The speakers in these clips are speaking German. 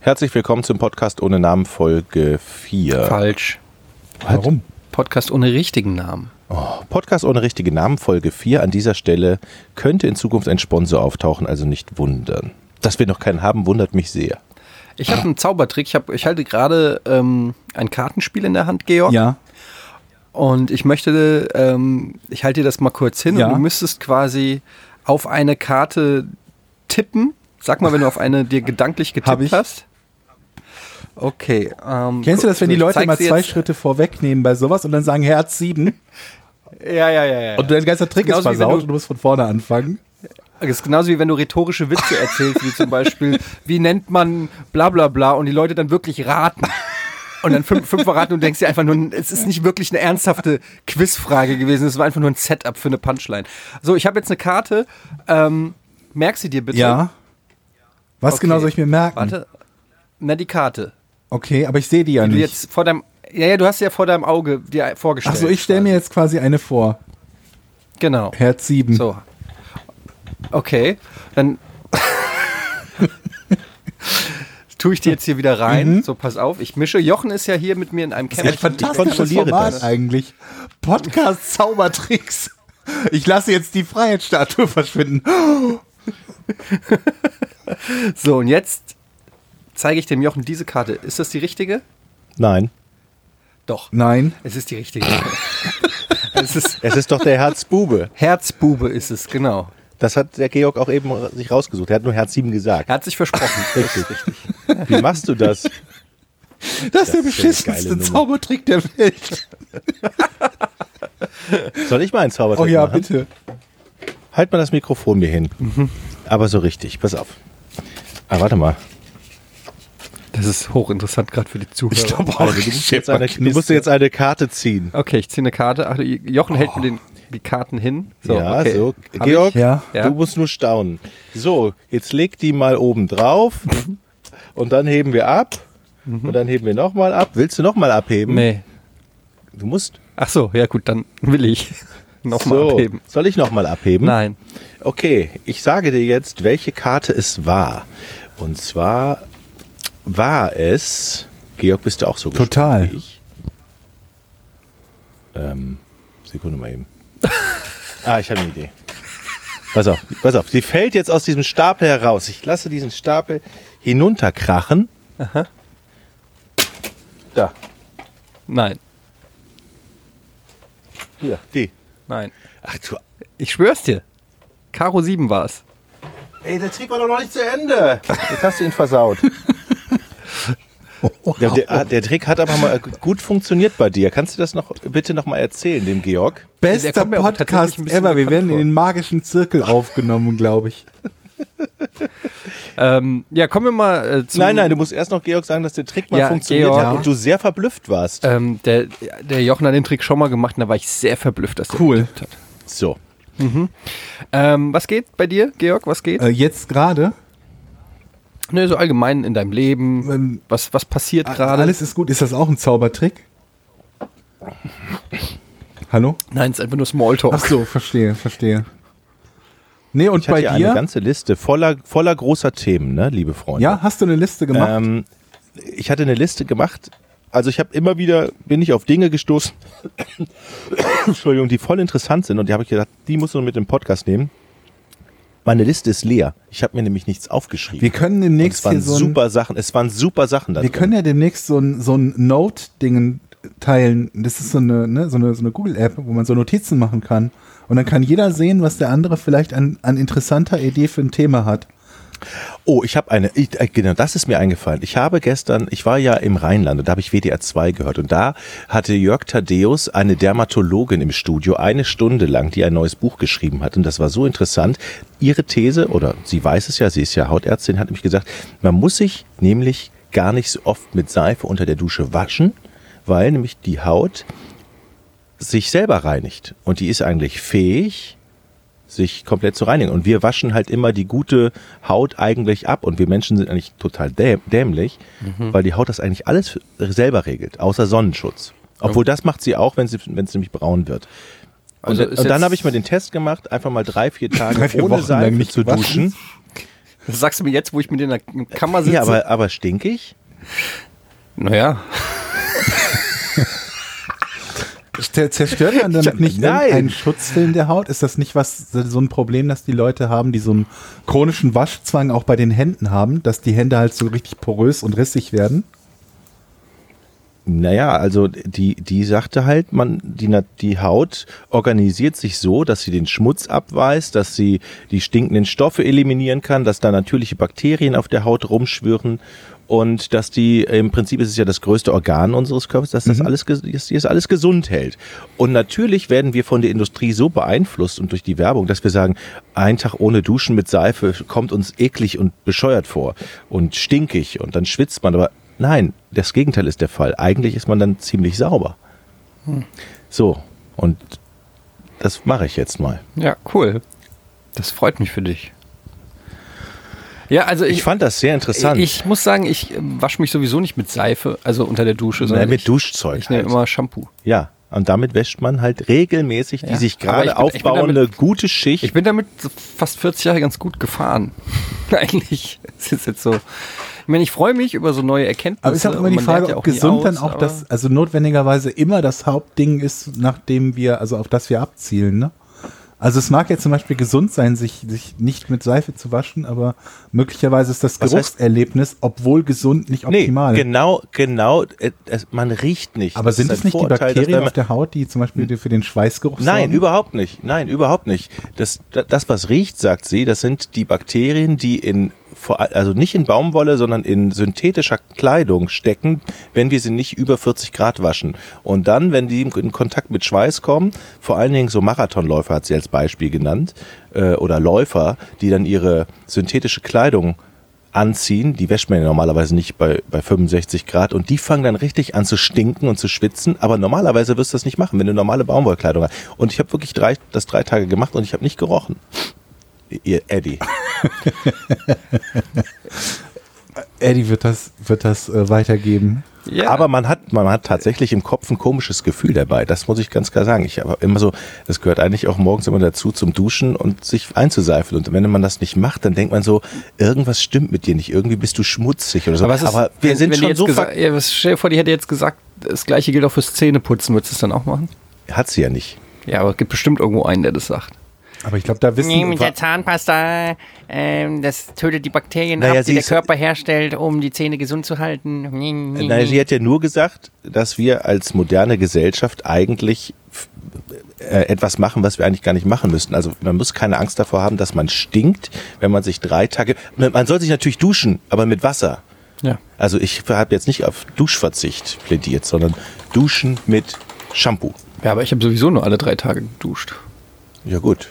Herzlich willkommen zum Podcast ohne Namen Folge 4. Falsch. Warum? Podcast ohne richtigen Namen. Oh, Podcast ohne richtige Namen Folge 4. An dieser Stelle könnte in Zukunft ein Sponsor auftauchen, also nicht wundern. Dass wir noch keinen haben, wundert mich sehr. Ich Ah. habe einen Zaubertrick. Ich, hab, ich halte gerade ähm, ein Kartenspiel in der Hand, Georg. Ja, Und ich möchte, ähm, ich halte dir das mal kurz hin Ja. und du müsstest quasi auf eine Karte tippen. Sag mal, wenn du auf eine dir gedanklich Hab getippt ich. hast. Okay. Ähm, Kennst du das, wenn die ich Leute zeig immer sie zwei jetzt- Schritte vorwegnehmen bei sowas und dann sagen Herz 7 Ja, ja, ja, ja. und dein ganzer Trick Genau Genauso wie ist wenn versaut du- und du musst von vorne anfangen? Das ist genauso wie wenn du rhetorische Witze erzählst, wie zum Beispiel, wie nennt man bla bla bla und die Leute dann wirklich raten. Und dann fünf, fünf raten und denkst dir einfach nur, es ist nicht wirklich eine ernsthafte Quizfrage gewesen, es war einfach nur ein Setup für eine Punchline. So, ich habe jetzt eine Karte, ähm, merk sie dir bitte. Was Okay. genau soll ich mir merken? Warte. Na, die Karte. Okay, aber ich sehe die ja Die du nicht. jetzt vor deinem, ja, ja, du hast sie ja vor deinem Auge dir vorgestellt. Achso, ich stelle mir jetzt quasi eine vor. Genau. Herz 7. So. Okay, dann tue ich die jetzt hier wieder rein. So, pass auf, ich mische. Jochen Mhm. ist ja hier mit mir in einem Ein Kämmerchen. fantastisches kontrolliere Format das. eigentlich. Podcast Zaubertricks. Ich lasse jetzt die Freiheitsstatue verschwinden. So, und jetzt zeige ich dem Jochen diese Karte. Ist das die richtige? Nein. Doch, Nein. es ist die richtige. es ist Es ist doch der Herzbube. Herzbube ist es, genau. Das hat der Georg auch eben sich rausgesucht. Er hat nur Herz 7 gesagt. Er hat sich versprochen. Richtig. Wie machst du das? Das ist der ist ja eine geile beschissenste Nummer. Zaubertrick der Welt. Soll ich mal einen Zaubertrick Oh ja, machen? bitte. Mhm. Halt mal das Mikrofon mir hin. Aber so richtig. Pass auf. Ah, warte mal. Das ist hochinteressant gerade für die Zuhörer. auch. Du musst, jetzt eine, du musst jetzt eine Karte ziehen. Okay, ich ziehe eine Karte. Ach, Jochen hält mir den, die Karten hin. Oh. So, ja, okay. so. Hab Georg, ich? Ja. Ja. du musst nur staunen. So, jetzt leg die mal oben drauf und dann heben wir ab. Mhm. Und dann heben wir nochmal ab. Willst du nochmal abheben? Nee. Du musst. Ach so, ja gut, dann will ich nochmal so. Hm? abheben. Soll ich nochmal abheben? Nein. Okay, ich sage dir jetzt, welche Karte es war. Und zwar war es. Georg, bist du auch so gespannt Total. wie ich? Ähm, Sekunde mal eben. ah, ich habe eine Idee. Pass auf, pass auf. Sie fällt jetzt aus diesem Stapel heraus. Ich lasse diesen Stapel hinunterkrachen. Da, Nein. hier, die. Nein. Ach du. Ich schwör's dir. Karo 7 war's. Ey, der Trick war doch noch nicht zu Ende. Jetzt hast du ihn versaut. Der, der, der Trick hat aber mal gut funktioniert bei dir. Kannst du das noch bitte noch mal erzählen, dem Georg? Also Der Bester kommt mir auch tatsächlich Podcast ein bisschen ever. Wir bekannt werden in vor. den magischen Zirkel aufgenommen, glaube ich. Ähm, ja, kommen wir mal äh, zu. Nein, nein, du musst erst noch Georg sagen, dass der Trick mal Ja, funktioniert Georg. hat und du sehr verblüfft warst. Äh, Ähm, der, der Jochen hat den Trick schon mal gemacht und da war ich sehr verblüfft, dass der Cool. geklappt hat. So. Ähm, was geht bei dir, Georg? Was geht? Äh, jetzt gerade. Nö, so allgemein in deinem Leben. Ähm, was, was passiert gerade? Alles ist gut. Ist das auch ein Zaubertrick? Hallo? Nein, es ist einfach nur Smalltalk. Ach so, verstehe, verstehe. Nee, und Ich hatte bei ja eine dir? ganze Liste voller, voller großer Themen, ne, liebe Freunde. Ja, hast du eine Liste gemacht? Ähm, ich hatte eine Liste gemacht. Also ich habe immer wieder, bin ich auf Dinge gestoßen, Entschuldigung, die voll interessant sind und die habe ich gedacht, die muss man mit dem Podcast nehmen. Meine Liste ist leer. Ich habe mir nämlich nichts aufgeschrieben. wir können Und es demnächst waren hier so ein, super Sachen. Es waren super Sachen da wir drin. können ja demnächst so ein, so ein Note-Dingen teilen. Das ist so eine, ne, so eine, so eine Google-App, wo man so Notizen machen kann. Und dann kann jeder sehen, was der andere vielleicht an, an interessanter Idee für ein Thema hat. Oh, ich habe eine. Ich, äh, genau, das ist mir eingefallen. Ich habe gestern, ich war ja im Rheinland und da habe ich WDR 2 gehört und da hatte Jörg Thaddeus eine Dermatologin im Studio eine Stunde lang, die ein neues Buch geschrieben hat und das war so interessant. Ihre These oder sie weiß es ja, sie ist ja Hautärztin, hat nämlich gesagt, man muss sich nämlich gar nicht so oft mit Seife unter der Dusche waschen, weil nämlich die Haut sich selber reinigt und die ist eigentlich fähig sich komplett zu reinigen. Und wir waschen halt immer die gute Haut eigentlich ab. Und wir Menschen sind eigentlich total däm dämlich, weil die Haut das eigentlich alles selber regelt, außer Sonnenschutz. Obwohl das macht sie auch, wenn sie wenn es nämlich braun wird. Und, Also ist und dann jetzt- habe ich mal den Test gemacht, einfach mal drei, vier Tage Drei, vier ohne Wochen lang Seife nicht zu gewaschen. duschen. Das sagst du mir jetzt, wo ich mit dir in der Kammer sitze. Ja, aber, aber stinkig? naja. Zer- Zerstört man damit nicht Nein. einen Schutzfilm der Haut? Ist das nicht was so ein Problem, dass die Leute haben, die so einen chronischen Waschzwang auch bei den Händen haben, dass die Hände halt so richtig porös und rissig werden? Naja, also die, die sagte halt, man, die, Na- die Haut organisiert sich so, dass sie den Schmutz abweist, dass sie die stinkenden Stoffe eliminieren kann, dass da natürliche Bakterien auf der Haut rumschwirren und dass die, im Prinzip ist es ja das größte Organ unseres Körpers, dass das alles, ges- dass die das alles gesund hält. Und natürlich werden wir von der Industrie so beeinflusst und durch die Werbung, dass wir sagen, ein Tag ohne Duschen mit Seife kommt uns eklig und bescheuert vor und stinkig und dann schwitzt man, aber Nein, das Gegenteil ist der Fall. Eigentlich ist man dann ziemlich sauber. Hm. So, und das mache ich jetzt mal. Ja, cool. Das freut mich für dich. Ja, also ich, Ich fand das sehr interessant. ich muss sagen, ich äh, wasche mich sowieso nicht mit Seife, also unter der Dusche, sondern Nein, mit ich, Duschzeug. ich nehme halt. immer Shampoo. ja, und damit wäscht man halt regelmäßig die Ja, sich aber ich gerade bin- ich bin aufbauende gute Schicht. Ich bin damit so fast 40 Jahre ganz gut gefahren. Eigentlich. Es ist jetzt so. Ich meine, ich freue mich über so neue Erkenntnisse. Aber ist auch immer und die Also, man lernt Frage, ja ob nie gesund aus, dann auch aber- das, also notwendigerweise immer das Hauptding ist, nachdem wir, also auf das wir abzielen, ne? Also es mag ja zum Beispiel gesund sein, sich, sich nicht mit Seife zu waschen, aber möglicherweise ist das Was heißt- Geruchserlebnis, obwohl gesund, nicht nee, optimal. genau, genau, äh, es, man riecht nicht. Aber Das sind ist es ein nicht die Vorteil, dass Bakterien wenn man- auf der Haut, die zum Beispiel für den Schweißgeruch Nein, sorgen? überhaupt nicht. Nein, überhaupt nicht. Das, das, was riecht, sagt sie, das sind die Bakterien, die in, vor all- also nicht in Baumwolle, sondern in synthetischer Kleidung stecken, wenn wir sie nicht über 40 Grad waschen. Und dann, wenn die in Kontakt mit Schweiß kommen, vor allen Dingen so Marathonläufer hat sie als Beispiel genannt, äh, oder Läufer, die dann ihre synthetische Kleidung anziehen, die wäscht man ja normalerweise nicht bei, bei 65 Grad und die fangen dann richtig an zu stinken und zu schwitzen, aber normalerweise wirst du das nicht machen, wenn du normale Baumwollkleidung hast. Und ich habe wirklich drei, das drei Tage gemacht und ich habe nicht gerochen. Ihr Eddie. Eddie wird das, wird das äh, weitergeben. Ja. Aber man hat, man hat tatsächlich im Kopf ein komisches Gefühl dabei. Das muss ich ganz klar sagen. Ich habe immer so, das gehört eigentlich auch morgens immer dazu zum Duschen und sich einzuseifen. Und wenn man das nicht macht, dann denkt man so, irgendwas stimmt mit dir nicht. Irgendwie bist du schmutzig oder so. Aber, was ist, wir wenn- sind wenn die schon jetzt so ver gesagt, ja, was, Stell dir vor, die hätte jetzt gesagt, das gleiche gilt auch fürs Zähneputzen. Würdest du es dann auch machen? Hat sie ja nicht. Ja, aber es gibt bestimmt irgendwo einen, der das sagt. Aber ich glaube, da wissen Nee, mit der Zahnpasta, ähm, das tötet die Bakterien Naja, ab, sie die der ist- Körper herstellt, um die Zähne gesund zu halten. Nee, nee, Nein, nee. sie hat ja nur gesagt, dass wir als moderne Gesellschaft eigentlich f- äh, etwas machen, was wir eigentlich gar nicht machen müssten. Also man muss keine Angst davor haben, dass man stinkt, wenn man sich drei Tage. Man soll sich natürlich duschen, aber mit Wasser. Ja. Also ich habe jetzt nicht auf Duschverzicht plädiert, sondern Duschen mit Shampoo. Ja, aber ich habe sowieso nur alle drei Tage geduscht. Ja gut.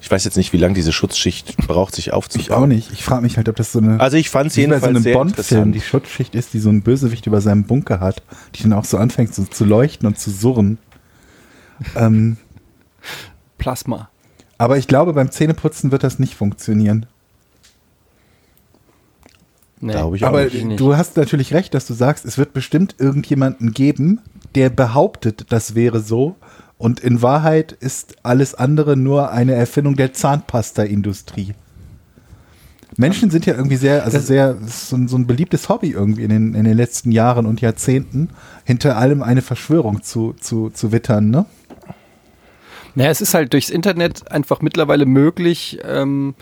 Ich weiß jetzt nicht, wie lange diese Schutzschicht braucht, sich aufzubauen. Ich auch nicht. Ich frage mich halt, ob das so eine. Also ich fand es wie bei so jedenfalls einem sehr Bond-Film interessant. die Schutzschicht ist, die so ein Bösewicht über seinem Bunker hat, die dann auch so anfängt so, zu leuchten und zu surren. Ähm, Plasma. aber ich glaube, beim Zähneputzen wird das nicht funktionieren. Nee. Glaube ich auch Aber nicht. nicht. du hast natürlich recht, dass du sagst, es wird bestimmt irgendjemanden geben, der behauptet, das wäre so. Und in Wahrheit ist alles andere nur eine Erfindung der Zahnpasta-Industrie. Menschen sind ja irgendwie sehr, also sehr, es ist so ein, so ein beliebtes Hobby irgendwie in den, in den letzten Jahren und Jahrzehnten, hinter allem eine Verschwörung zu, zu, zu wittern, ne? Naja, es ist halt durchs Internet einfach mittlerweile möglich, ähm,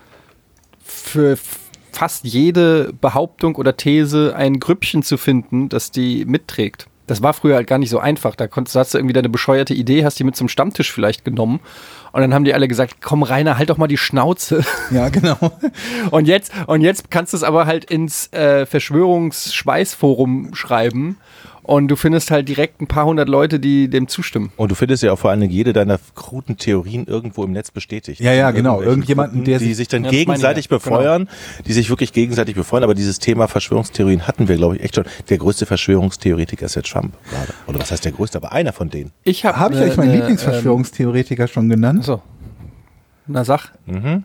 für f- fast jede Behauptung oder These ein Grüppchen zu finden, das die mitträgt. Das war früher halt gar nicht so einfach. Da konntest, hast du irgendwie deine bescheuerte Idee, hast die mit zum Stammtisch vielleicht genommen. Und dann haben die alle gesagt, komm Rainer, halt doch mal die Schnauze. Ja, genau. Und jetzt, und jetzt kannst du es aber halt ins äh, Verschwörungsschweißforum schreiben. Und du findest halt direkt ein paar hundert Leute, die dem zustimmen. Und du findest ja auch vor allen Dingen jede deiner kruden Theorien irgendwo im Netz bestätigt. Ja, ja, Von genau. irgendwelchen Irgendjemanden, Gruppen, der die sich- sich dann Ja, Genau. das meine ich gegenseitig ja. befeuern, die sich wirklich gegenseitig befeuern. Aber dieses Thema Verschwörungstheorien hatten wir, glaube ich, echt schon. Der größte Verschwörungstheoretiker ist ja Trump. gerade. Oder was heißt der größte? Aber einer von denen. Ich habe Habe ich euch meinen Lieblingsverschwörungstheoretiker schon genannt? Äh, So. Na sag.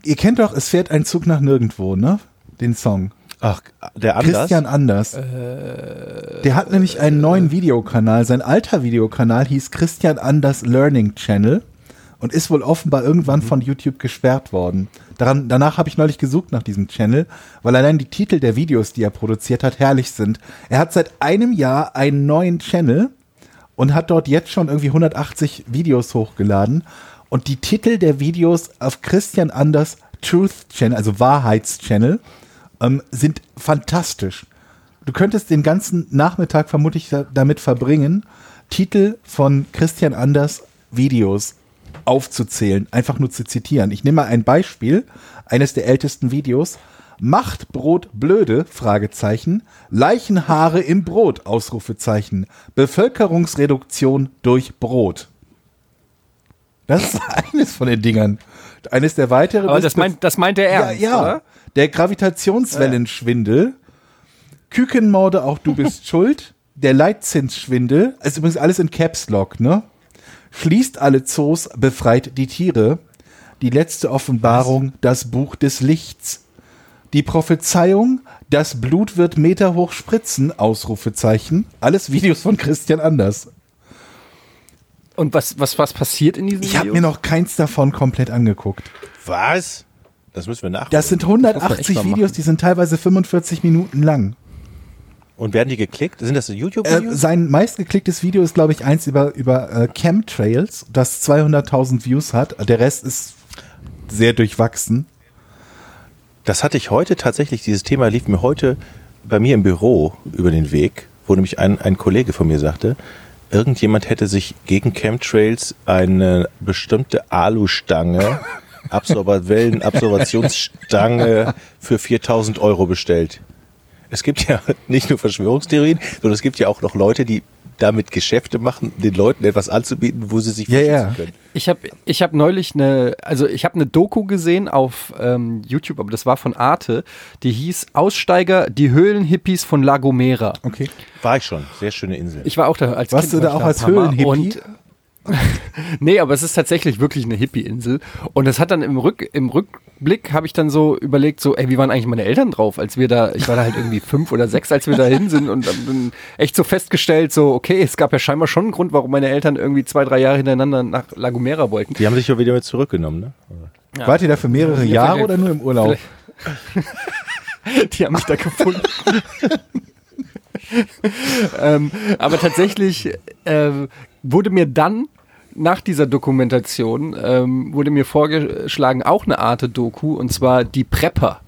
Ihr kennt doch, es fährt ein Zug nach nirgendwo, ne? Den Song. Ach, der anders? Christian Anders. Äh, der hat nämlich einen neuen Videokanal. Sein alter Videokanal hieß Christian Anders Learning Channel. und ist wohl offenbar irgendwann von YouTube gesperrt worden. Daran, danach habe ich neulich gesucht nach diesem Channel, weil allein die Titel der Videos, die er produziert hat, herrlich sind. Er hat seit einem Jahr einen neuen Channel und hat dort jetzt schon irgendwie 180 Videos hochgeladen. Und die Titel der Videos auf Christian Anders Truth Channel, also Wahrheitschannel, ähm, sind fantastisch. Du könntest den ganzen Nachmittag vermutlich da- damit verbringen, Titel von Christian Anders Videos aufzuzählen, einfach nur zu zitieren. Ich nehme mal ein Beispiel eines der ältesten Videos. Macht Brot blöde? Fragezeichen. Leichenhaare im Brot? Ausrufezeichen. Bevölkerungsreduktion durch Brot. Das ist eines von den Dingern. Eines der weiteren. Aber ist das meint, das meint er ernst, ja, ja. oder? Der Gravitationswellenschwindel, Kükenmorde, auch du bist schuld, der Leitzinsschwindel, ist übrigens alles in Caps Lock, ne? Schließt alle Zoos, befreit die Tiere. Die letzte Offenbarung, das Buch des Lichts. Die Prophezeiung, das Blut wird meterhoch spritzen, Ausrufezeichen. Alles Videos von Christian Anders. Und was, was, was passiert in diesem Ich habe Video? mir noch keins davon komplett angeguckt. Was? Das müssen wir nachholen. Das sind Das muss man 180 echt mal Videos, die sind teilweise 45 Minuten lang. Und werden die geklickt? Sind das Äh, YouTube-Videos? sein meistgeklicktes Video ist, glaube ich, eins über, über äh, Chemtrails, das 200.000 Views hat. Der Rest ist sehr durchwachsen. Das hatte ich heute tatsächlich, dieses Thema lief mir heute bei mir im Büro über den Weg, wo nämlich ein, ein Kollege von mir sagte, irgendjemand hätte sich gegen Chemtrails eine bestimmte Alustange, Absorber Wellenabsorptionsstange für 4000 Euro bestellt. Es gibt ja nicht nur Verschwörungstheorien, sondern es gibt ja auch noch Leute, die damit Geschäfte machen, den Leuten etwas anzubieten, wo sie sich Ja, verschützen ja. können. Ich habe ich hab neulich eine, also ich habe eine Doku gesehen auf ähm, YouTube, aber das war von Arte, die hieß Aussteiger, die Höhlenhippies von La Gomera. Okay. War ich schon. Sehr schöne Insel. Äh, Ich war auch da als Warst Kind du da war ich auch als ein paar Mal. Höhlenhippie? Und Nee, aber es ist tatsächlich wirklich eine Hippie-Insel. Und das hat dann im, Rück, im Rückblick, habe ich dann so überlegt, so, ey, wie waren eigentlich meine Eltern drauf, als wir da, ich war da halt irgendwie fünf oder sechs, als wir da hin sind und hab dann echt so festgestellt, so, okay, es gab ja scheinbar schon einen Grund, warum meine Eltern irgendwie zwei, drei Jahre hintereinander nach La Gomera wollten. Die haben sich ja wieder mit zurückgenommen, ne? Wart ihr da für mehrere Ja, Jahre vielleicht- oder nur im Urlaub? Die haben mich da gefunden. ähm, aber tatsächlich ähm, wurde mir dann nach dieser Dokumentation ähm, wurde mir vorgeschlagen auch eine Art Doku und zwar die Prepper.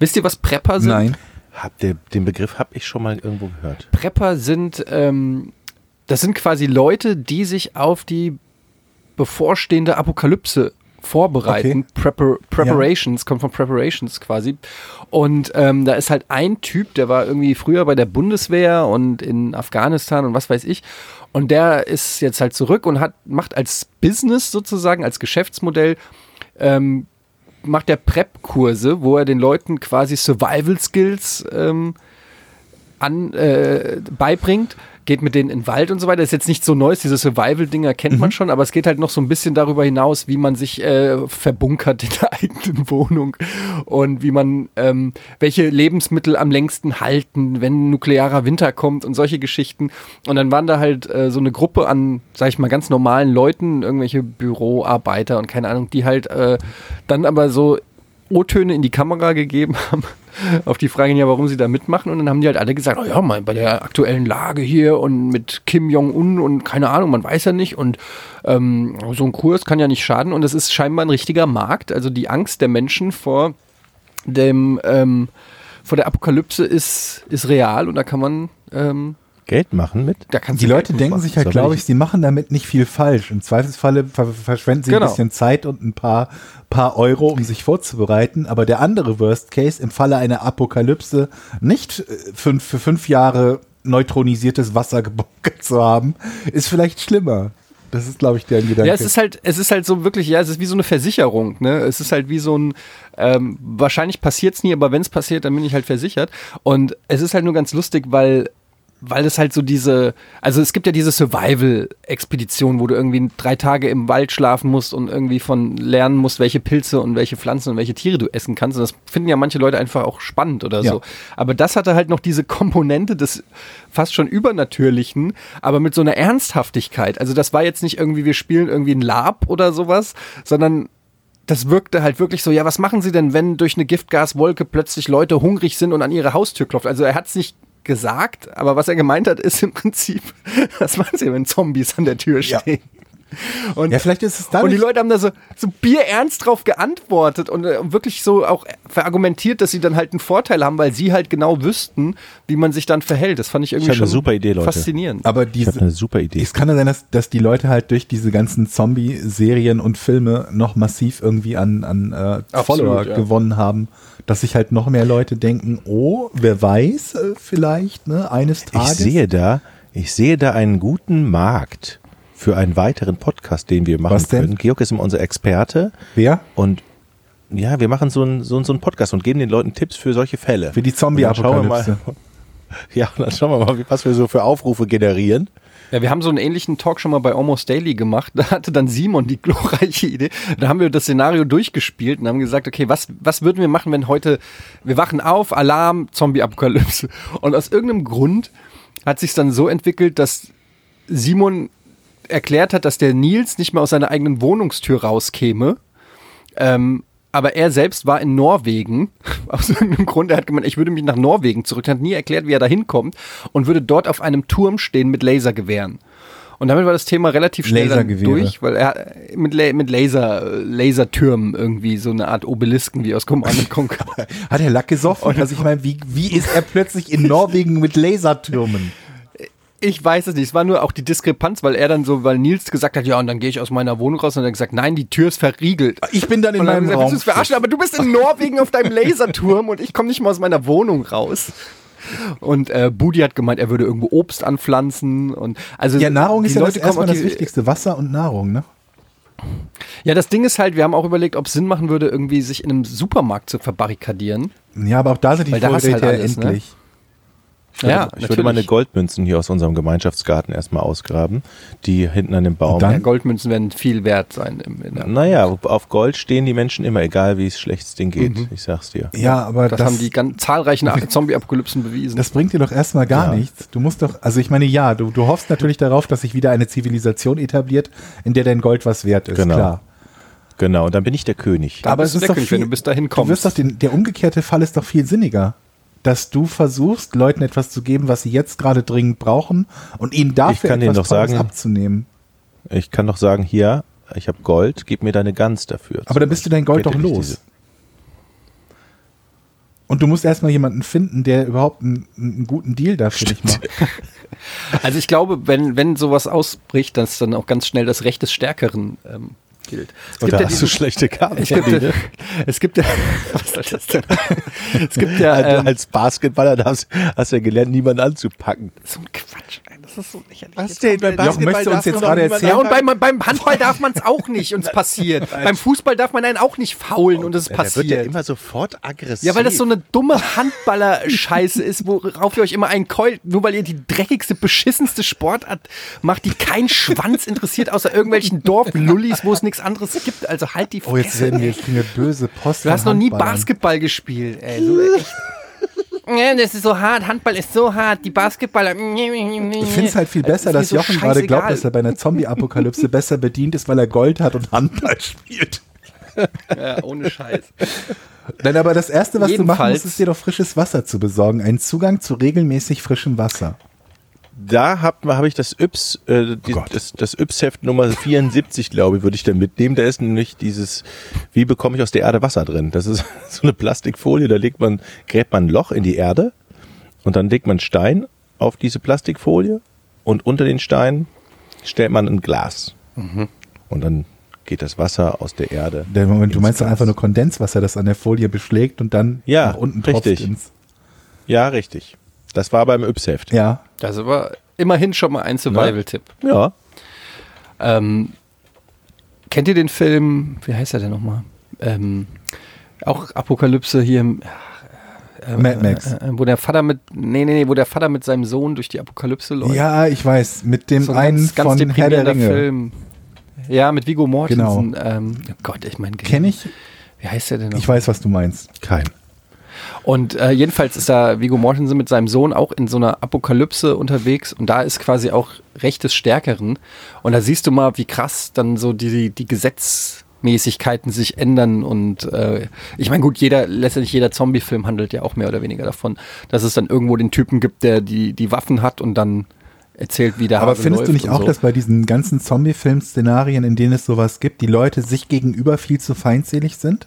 Wisst ihr, was Prepper sind? Hab der, den Begriff habe ich schon mal irgendwo gehört. Prepper sind, ähm, das sind quasi Leute, die sich auf die bevorstehende Apokalypse vorbereiten. Prepar Preparations, kommt von Preparations quasi. Und ähm, da ist halt ein Typ, der war irgendwie früher bei der Bundeswehr und in Afghanistan und was weiß ich. Und der ist jetzt halt zurück und hat, macht als Business sozusagen, als Geschäftsmodell ähm, macht er Prep-Kurse, wo er den Leuten quasi Survival-Skills ähm, an, äh, beibringt, geht mit denen in den Wald und so weiter. Ist jetzt nicht so Neues, diese Survival-Dinger kennt man schon, aber es geht halt noch so ein bisschen darüber hinaus, wie man sich äh, verbunkert in der eigenen Wohnung und wie man, ähm, welche Lebensmittel am längsten halten, wenn ein nuklearer Winter kommt und solche Geschichten. Und dann waren da halt äh, so eine Gruppe an, sag ich mal, ganz normalen Leuten, irgendwelche Büroarbeiter und keine Ahnung, die halt äh, dann aber so O-Töne in die Kamera gegeben haben, auf die Frage, ja, warum sie da mitmachen. Und dann haben die halt alle gesagt, oh ja, mal bei der aktuellen Lage hier und mit Kim Jong-un und keine Ahnung, man weiß ja nicht. Und ähm, so ein Kurs kann ja nicht schaden. Und es ist scheinbar ein richtiger Markt. Also die Angst der Menschen vor dem, ähm, vor der Apokalypse ist, ist real und da kann man, ähm, Geld machen mit? da kannst Die du Leute Geld denken mitmachen. sich halt, soll glaube ich- ich, sie machen damit nicht viel falsch. Im Zweifelsfalle ver verschwenden sie Genau. ein bisschen Zeit und ein paar, paar Euro, um sich vorzubereiten. Aber der andere Worst Case, im Falle einer Apokalypse, nicht äh, fünf, für fünf Jahre neutronisiertes Wasser gebunkert zu haben, ist vielleicht schlimmer. Das ist, glaube ich, deren Gedanke. Ja, es ist halt, es ist halt so wirklich, ja, es ist wie so eine Versicherung, ne? Es ist halt wie so ein, ähm, wahrscheinlich passiert's nie, aber wenn's passiert, dann bin ich halt versichert. Und es ist halt nur ganz lustig, weil weil es halt so diese, also es gibt ja diese Survival-Expedition, wo du irgendwie drei Tage im Wald schlafen musst und irgendwie von lernen musst, welche Pilze und welche Pflanzen und welche Tiere du essen kannst. Und das finden ja manche Leute einfach auch spannend oder Ja. so. Aber das hatte halt noch diese Komponente des fast schon Übernatürlichen, aber mit so einer Ernsthaftigkeit. Also das war jetzt nicht irgendwie, wir spielen irgendwie ein Lab oder sowas, sondern das wirkte halt wirklich so, ja, was machen sie denn, wenn durch eine Giftgaswolke plötzlich Leute hungrig sind und an ihre Haustür klopft? Also er hat es nicht gesagt, aber was er gemeint hat, ist im Prinzip, was machen sie, wenn Zombies an der Tür Ja. stehen? Und Ja, vielleicht ist es dadurch- Und die Leute haben da so, so bierernst drauf geantwortet und äh, wirklich so auch verargumentiert, dass sie dann halt einen Vorteil haben, weil sie halt genau wüssten, wie man sich dann verhält. Das fand ich irgendwie hab eine schon super Idee, Leute. faszinierend. Aber Ich habe diese, eine super Idee. es kann ja sein, dass, dass die Leute halt durch diese ganzen Zombie-Serien und Filme noch massiv irgendwie an, an äh, Follower ja. gewonnen haben, dass sich halt noch mehr Leute denken, oh, wer weiß, äh, vielleicht, ne, eines Ich Tages. sehe da, ich sehe da einen guten Markt für einen weiteren Podcast, den wir machen Was denn? können. Georg ist immer unser Experte Wer? und ja, wir machen so einen so einen- so einen Podcast und geben den Leuten Tipps für solche Fälle. Für die Und dann Zombie-Apokalypse. schauen wir mal- Ja, und dann schauen wir mal, wie- was wir so für Aufrufe generieren. Ja, wir haben so einen ähnlichen Talk schon mal bei Almost Daily gemacht. Da hatte dann Simon die glorreiche Idee. Da haben wir das Szenario durchgespielt und haben gesagt, okay, was, was würden wir machen, wenn heute, wir wachen auf, Alarm, Zombie-Apokalypse. Und aus irgendeinem Grund hat sich dann so entwickelt, dass Simon erklärt hat, dass der Nils nicht mehr aus seiner eigenen Wohnungstür rauskäme. Ähm, aber er selbst war in Norwegen. Aus irgendeinem Grund, er hat gemeint, ich würde mich nach Norwegen zurück. Er hat nie erklärt, wie er da hinkommt und würde dort auf einem Turm stehen mit Lasergewehren. Und damit war das Thema relativ schnell dann Lasergewehre. durch, weil er mit, La mit Laser, Lasertürmen irgendwie so eine Art Obelisken wie aus Command and Conquer. Hat er Lack gesoffen? also ich meine, wie, wie ist er plötzlich in Norwegen mit Lasertürmen? Ich weiß es nicht. Es war nur auch die Diskrepanz, weil er dann so, weil Nils gesagt hat, ja, und dann gehe ich aus meiner Wohnung raus und dann gesagt, nein, die Tür ist verriegelt. Ich bin dann in und dann meinem gesagt, willst du Raum. es verarschen, aber du bist in Norwegen auf deinem Laserturm und ich komme nicht mal aus meiner Wohnung raus. Und äh, Budi hat gemeint, er würde irgendwo Obst anpflanzen und also Ja, Nahrung die ist ja Leute das kommen erstmal auf das die- Wichtigste. Wasser und Nahrung, ne? Ja, das Ding ist halt, wir haben auch überlegt, ob es Sinn machen würde, irgendwie sich in einem Supermarkt zu verbarrikadieren. Ja, aber auch da sind die Weil da hast du Vorräte halt ja alles, ne? endlich. Ja, ich würde meine Goldmünzen hier aus unserem Gemeinschaftsgarten erstmal ausgraben, die hinten an dem Baum. Und dann- ja, Goldmünzen werden viel wert sein. Im, in der, naja, auf Gold stehen die Menschen immer, egal wie es schlecht es denen geht. Mhm. Ich sag's dir. Ja, aber das, haben die ganz zahlreichen Zombie-Apokalypsen bewiesen. Das bringt dir doch erstmal gar Hm. Ja. nichts. Du musst doch, also ich meine, ja, du, du hoffst natürlich darauf, dass sich wieder eine Zivilisation etabliert, in der dein Gold was wert ist, Genau. klar. Genau, und dann bin ich der König. Da bist du der König, wenn du bis dahin Du wirst kommst. doch den, der umgekehrte Fall ist doch viel sinniger. Dass du versuchst, Leuten etwas zu geben, was sie jetzt gerade dringend brauchen und ihnen dafür kann denen etwas doch Tolles sagen- abzunehmen. Ich kann doch sagen, hier, ich habe Gold, gib mir deine Gans dafür. Aber dann bist du dein Gold Bitte doch nicht los. diese- Und du musst erstmal jemanden finden, der überhaupt einen, einen guten Deal dafür nicht macht. Also ich glaube, wenn, wenn sowas ausbricht, dass dann auch ganz schnell das Recht des Stärkeren ähm, gilt. Es Oder hast du diesen- schlechte Karten? es gibt, ja- es gibt ja, was soll das denn? Es gibt Ja, ja, du ähm, als Basketballer darfst, hast ja gelernt, niemanden anzupacken. So ein Quatsch. ey, Das ist so lächerlich. Was Jetzt denn? kommt Bei der- Jochen, möchtest du uns darfst jetzt doch gerade niemanden erzählen? ja und anpacken. beim, beim Handball darf man es auch nicht und es passiert. beim Fußball darf man einen auch nicht faulen und es Der wird ja passiert. immer sofort aggressiv. Ja, weil das so eine dumme Handballer-Scheiße ist, worauf ihr euch immer einkeult, nur weil ihr die dreckigste, beschissenste Sportart macht, die kein Schwanz interessiert, außer irgendwelchen Dorflullis, wo es nichts anderes gibt. Also halt die Oh, jetzt Fresse. werden wir jetzt eine böse Post. du hast noch von nie Handballern. Basketball gespielt, ey. So, echt. Ja, das ist so hart. Handball ist so hart. Die Basketballer. Ich finde es halt viel Äh, ist mir besser, dass so Jochen gerade glaubt, scheißegal. dass er bei einer Zombie-Apokalypse besser bedient ist, weil er Gold hat und Handball spielt. Ja, ohne Scheiß. Nein, aber das Erste, was du machen Jedenfalls- musst, ist dir doch frisches Wasser zu besorgen. Einen Zugang zu regelmäßig frischem Wasser. da habe hab ich das Yps, äh, die, Oh Gott. das, das Yps-Heft Nummer 74, glaube ich, würde ich dann mitnehmen. Da ist nämlich dieses, wie bekomme ich aus der Erde Wasser drin? Das ist so eine Plastikfolie, da legt man, gräbt man ein Loch in die Erde und dann legt man einen Stein auf diese Plastikfolie und unter den Stein stellt man ein Glas. Und dann geht das Wasser aus der Erde. Mhm. Der Moment, du ins meinst doch Glas. einfach nur Kondenswasser, das an der Folie beschlägt und dann Ja, nach unten tropft richtig. ins. Ja, richtig. Das war beim Yps-Heft. Ja. Das war immerhin schon mal ein Survival-Tipp. ja. Ähm, kennt ihr den Film, wie heißt er denn nochmal? Ähm, auch Apokalypse hier im, äh, Mad Max. Äh, äh, wo der Vater mit, nee, nee, nee, wo der Vater mit seinem Sohn durch die Apokalypse läuft. Ja, ich weiß, mit dem so ein einen ganz, ganz von Herr der deprimierender Ringe. Film. Ja, mit Vigo Mortensen. Ähm, oh Gott, ich meine, Kenne ich? Wie heißt der denn noch? Ich weiß, was du meinst. Kein. Und äh, jedenfalls ist da Vigo Mortensen mit seinem Sohn auch in so einer Apokalypse unterwegs und da ist quasi auch Recht des Stärkeren. Und da siehst du mal, wie krass dann so die, die Gesetzmäßigkeiten sich ändern. Und äh, ich meine, gut, jeder, letztendlich jeder Zombie-Film handelt ja auch mehr oder weniger davon, dass es dann irgendwo den Typen gibt, der die, die Waffen hat und dann erzählt, wie der Aber Hase findest läuft du nicht und auch, so. dass bei diesen ganzen Zombie-Film-Szenarien, in denen es sowas gibt, die Leute sich gegenüber viel zu feindselig sind?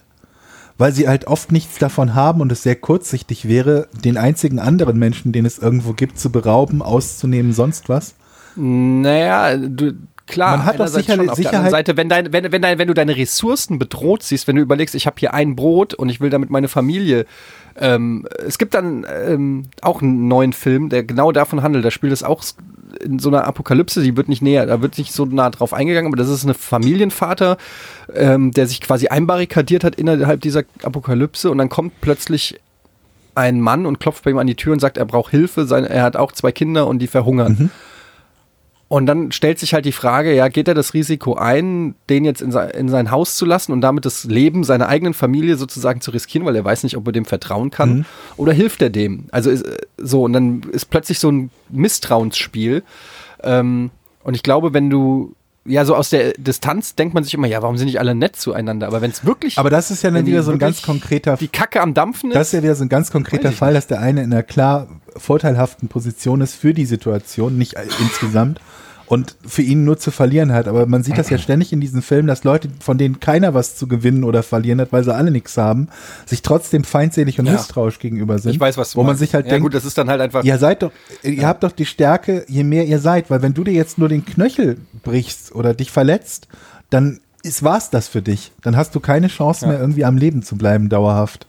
Weil sie halt oft nichts davon haben und es sehr kurzsichtig wäre, den einzigen anderen Menschen, den es irgendwo gibt, zu berauben, auszunehmen, sonst was? Naja, du, klar, Man hat doch einerseits sicherlich- schon auf der anderen Sicherheit- Seite, wenn, dein, wenn, wenn, dein, wenn du deine Ressourcen bedroht siehst, wenn du überlegst, ich habe hier ein Brot und ich will damit meine Familie. Ähm, es gibt dann ähm, auch einen neuen Film, der genau davon handelt. Da spielt es auch s- in so einer Apokalypse, die wird nicht näher, da wird nicht so nah drauf eingegangen, aber das ist ein Familienvater, ähm, der sich quasi einbarrikadiert hat innerhalb dieser Apokalypse und dann kommt plötzlich ein Mann und klopft bei ihm an die Tür und sagt, er braucht Hilfe, sein, er hat auch zwei Kinder und die verhungern. Mhm. Und dann stellt sich halt die Frage, ja, geht er das Risiko ein, den jetzt in, sein- in sein Haus zu lassen und damit das Leben seiner eigenen Familie sozusagen zu riskieren, weil er weiß nicht, ob er dem vertrauen kann, Mhm. oder hilft er dem? Also ist, äh, so, und dann ist plötzlich so ein Misstrauensspiel. Ähm, und ich glaube, wenn du, ja, so aus der Distanz denkt man sich immer, ja, warum sind nicht alle nett zueinander? Aber wenn es wirklich. Aber das ist ja wenn dann die wieder so ein wirklich ganz konkreter Die Kacke am Dampfen ist. Das ist ja wieder so ein ganz konkreter Weiß ich Fall, dass der eine in einer klar vorteilhaften Position ist für die Situation, nicht all- insgesamt. Und für ihn nur zu verlieren hat. Aber man sieht das ja ständig in diesen Filmen, dass Leute, von denen keiner was zu gewinnen oder verlieren hat, weil sie alle nichts haben, sich trotzdem feindselig und Ja. misstrauisch gegenüber sind. ich weiß, was du Wo man meinst. sich halt ja, denkt, gut, das ist dann halt einfach. Ihr seid doch, ihr habt doch die Stärke, je mehr ihr seid, weil wenn du dir jetzt nur den Knöchel brichst oder dich verletzt, dann ist, war's das für dich. Dann hast du keine Chance mehr, irgendwie am Leben zu bleiben, dauerhaft.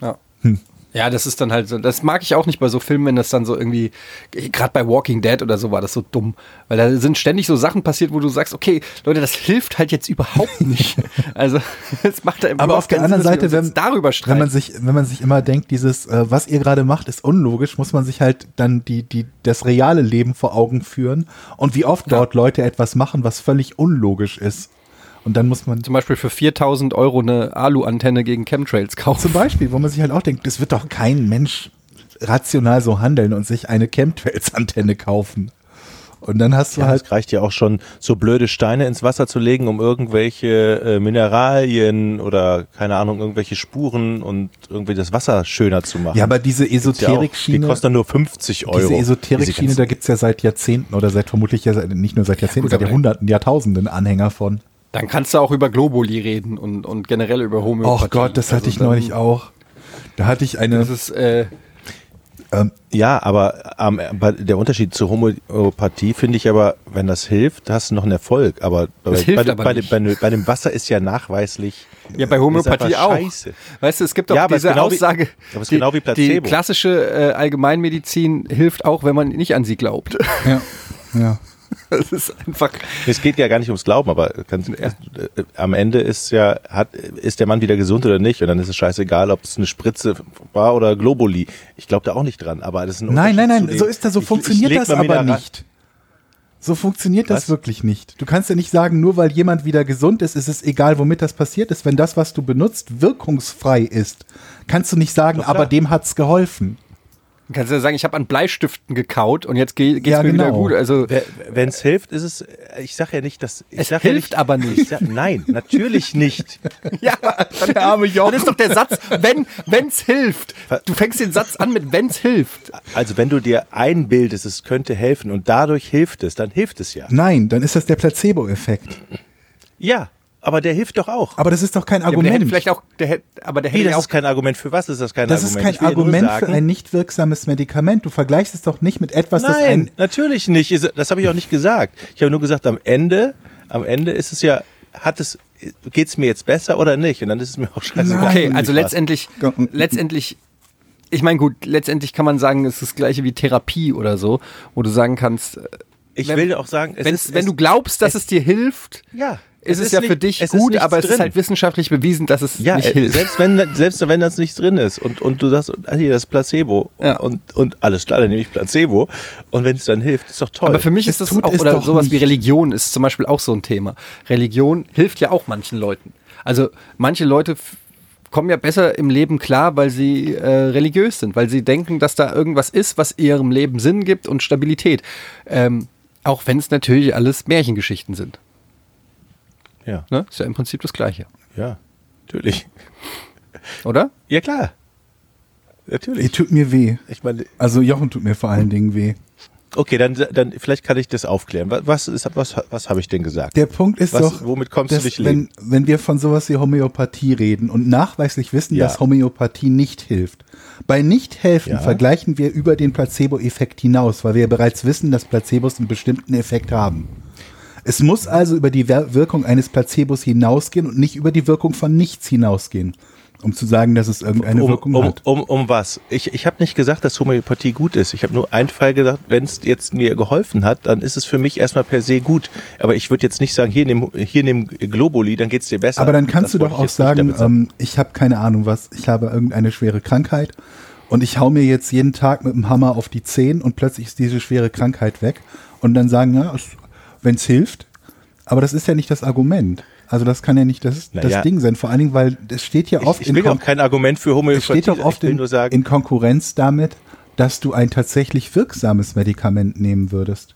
Ja. Hm. Ja, das ist dann halt so. Das mag ich auch nicht bei so Filmen, wenn das dann so irgendwie, gerade bei Walking Dead oder so war das so dumm. Weil da sind ständig so Sachen passiert, wo du sagst, okay, Leute, das hilft halt jetzt überhaupt nicht. also, es macht da Aber überhaupt auf der keinen anderen Sinn, dass wir Seite, uns wenn, jetzt darüber wenn streiten. man sich, wenn man sich immer denkt, dieses, äh, was ihr gerade macht, ist unlogisch, muss man sich halt dann die, die, das reale Leben vor Augen führen und wie oft dort Leute etwas machen, was völlig unlogisch ist. Und dann muss man zum Beispiel für 4000 Euro eine Alu-Antenne gegen Chemtrails kaufen. zum Beispiel, wo man sich halt auch denkt, das wird doch kein Mensch rational so handeln und sich eine Chemtrails-Antenne kaufen. Und dann hast du Ja, halt es reicht ja auch schon, so blöde Steine ins Wasser zu legen, um irgendwelche äh, Mineralien oder keine Ahnung, irgendwelche Spuren und irgendwie das Wasser schöner zu machen. ja, aber diese Gibt's ja auch. Die Esoterik-Schiene, kostet dann nur 50 Euro. diese Diese Esoterik-Schiene, ganzen- da gibt's ja seit Jahrzehnten oder seit vermutlich ja seit, nicht nur seit Jahrzehnten, gut, seit aber- Jahrhunderten, Jahrtausenden Anhänger von. Dann kannst du auch über Globuli reden und, und generell über Homöopathie. Och Gott, das hatte Also ich dann- neulich ne? auch. Da hatte ich eine. Das ist, äh, Ja, aber ähm, aber der Unterschied zur Homöopathie finde ich aber, wenn das hilft, hast du noch einen Erfolg. Aber, bei, hilft bei, aber bei, nicht. Bei, bei, dem Wasser ist ja nachweislich. äh, Ja, bei ist Homöopathie einfach auch. Scheiße. Weißt du, es gibt doch Ja, aber es diese ist genau wie- Aussage, aber es ist genau wie die Placebo. klassische äh, Allgemeinmedizin hilft auch, wenn man nicht an sie glaubt. ja, ja. Das ist einfach, Es geht ja gar nicht ums Glauben, aber ganz, äh, äh, am Ende ist ja, hat, ist der Mann wieder gesund oder nicht. Und dann ist es scheißegal, ob es eine Spritze war oder Globuli. Ich glaube da auch nicht dran, aber das ist ein Nein, nein, Unterschied nein, zu so dem- ist das, so ich- ich funktioniert leg das mal aber Mineral- nicht. So funktioniert das Was? wirklich nicht. Du kannst ja nicht sagen, nur weil jemand wieder gesund ist, ist es egal, womit das passiert ist. Wenn das, was du benutzt, wirkungsfrei ist, kannst du nicht sagen, aber klar. dem hat's geholfen. du kannst ja sagen, ich habe an Bleistiften gekaut und jetzt geht geht's Ja, mir wieder genau. gut. Also Wenn es hilft, ist es. äh, Ich sage ja nicht, dass. Ich Es sag hilft ja nicht, aber nicht. Ich Sag, nein, natürlich nicht. ja, dann, der arme Jochen. Dann ist doch der Satz, wenn wenn's hilft. Du fängst den Satz an mit wenn's hilft. Also wenn du dir einbildest, es könnte helfen und dadurch hilft es, dann hilft es ja. Nein, dann ist das der Placebo-Effekt. Ja, aber der hilft doch auch. Aber das ist doch kein Ja, aber der hätte Argument. vielleicht auch, der hätte, aber der Wie, hätte das ja auch ist kein Argument. Für was ist das kein das ist Argument? kein Ich will nur Argument für sagen- ein nicht wirksames Medikament. Du vergleichst es doch nicht mit etwas, das ein Nein, natürlich nicht. Ist- Das habe ich auch nicht gesagt. Ich habe nur gesagt, am Ende, am Ende ist es ja, hat es, geht's mir jetzt besser oder nicht? Und dann ist es mir auch scheißegal. Okay, Nein. also letztendlich, Gar- letztendlich, ich meine, gut, letztendlich kann man sagen, es ist das gleiche wie Therapie oder so, wo du sagen kannst, Ich wenn- will auch sagen, es wenn, ist, wenn es, du glaubst, dass es, dir hilft, ja, ist es, ist ja nicht- für dich es ist gut, nichts aber es drin. ist halt wissenschaftlich bewiesen, dass es Ja, nicht äh, hilft. selbst wenn, selbst wenn das nicht drin ist und, und du sagst, ah, hier, das ist Placebo Ja. und, und alles klar, dann nehme ich Placebo und wenn es dann hilft, ist doch toll. Aber für mich Es ist das tut auch, es oder doch sowas wie nicht. Religion ist zum Beispiel auch so ein Thema. Religion hilft ja auch manchen Leuten. Also manche Leute f- kommen ja besser im Leben klar, weil sie äh, religiös sind, weil sie denken, dass da irgendwas ist, was ihrem Leben Sinn gibt und Stabilität. Ähm, auch wenn es natürlich alles Märchengeschichten sind. ja, Ne? Ist ja im Prinzip das Gleiche, ja, natürlich. oder? Ja, klar. Ihr Natürlich. tut mir weh. Ich meine, Also Jochen tut mir vor allen Dingen weh. okay, dann, dann vielleicht kann ich das aufklären. Wa- Was, ist, was, was habe ich denn gesagt? Der Punkt ist Was- doch, womit kommst du durch Leben? wenn, wenn wir von sowas wie Homöopathie reden und nachweislich wissen, Ja. dass Homöopathie nicht hilft. Bei Nichthelfen Ja. vergleichen wir über den Placebo-Effekt hinaus, weil wir ja bereits wissen, dass Placebos einen bestimmten Effekt haben. Es muss also über die Wer- Wirkung eines Placebos hinausgehen und nicht über die Wirkung von nichts hinausgehen, um zu sagen, dass es irgendeine um, Wirkung um, hat. Um, um was? Ich, ich habe nicht gesagt, dass Homöopathie gut ist. Ich habe nur einen Fall gesagt, wenn es jetzt mir geholfen hat, dann ist es für mich erstmal per se gut. Aber ich würde jetzt nicht sagen, hier nimm, hier nimm Globuli, dann geht's dir besser. Aber dann kannst Das du wollte doch ich auch jetzt nicht sagen, damit ähm, ich habe keine Ahnung was, ich habe irgendeine schwere Krankheit und ich hau mir jetzt jeden Tag mit dem Hammer auf die Zehen und plötzlich ist diese schwere Krankheit weg und dann sagen, ja, wenn es wenn's hilft, aber das ist ja nicht das Argument. Also das kann ja nicht das, Na ja. das Ding sein, vor allen Dingen, weil es steht ja oft ich, ich will ja auch Kon- kein Argument für es Homöopathie. steht doch oft ich will in, nur sagen, in Konkurrenz damit, dass du ein tatsächlich wirksames Medikament nehmen würdest.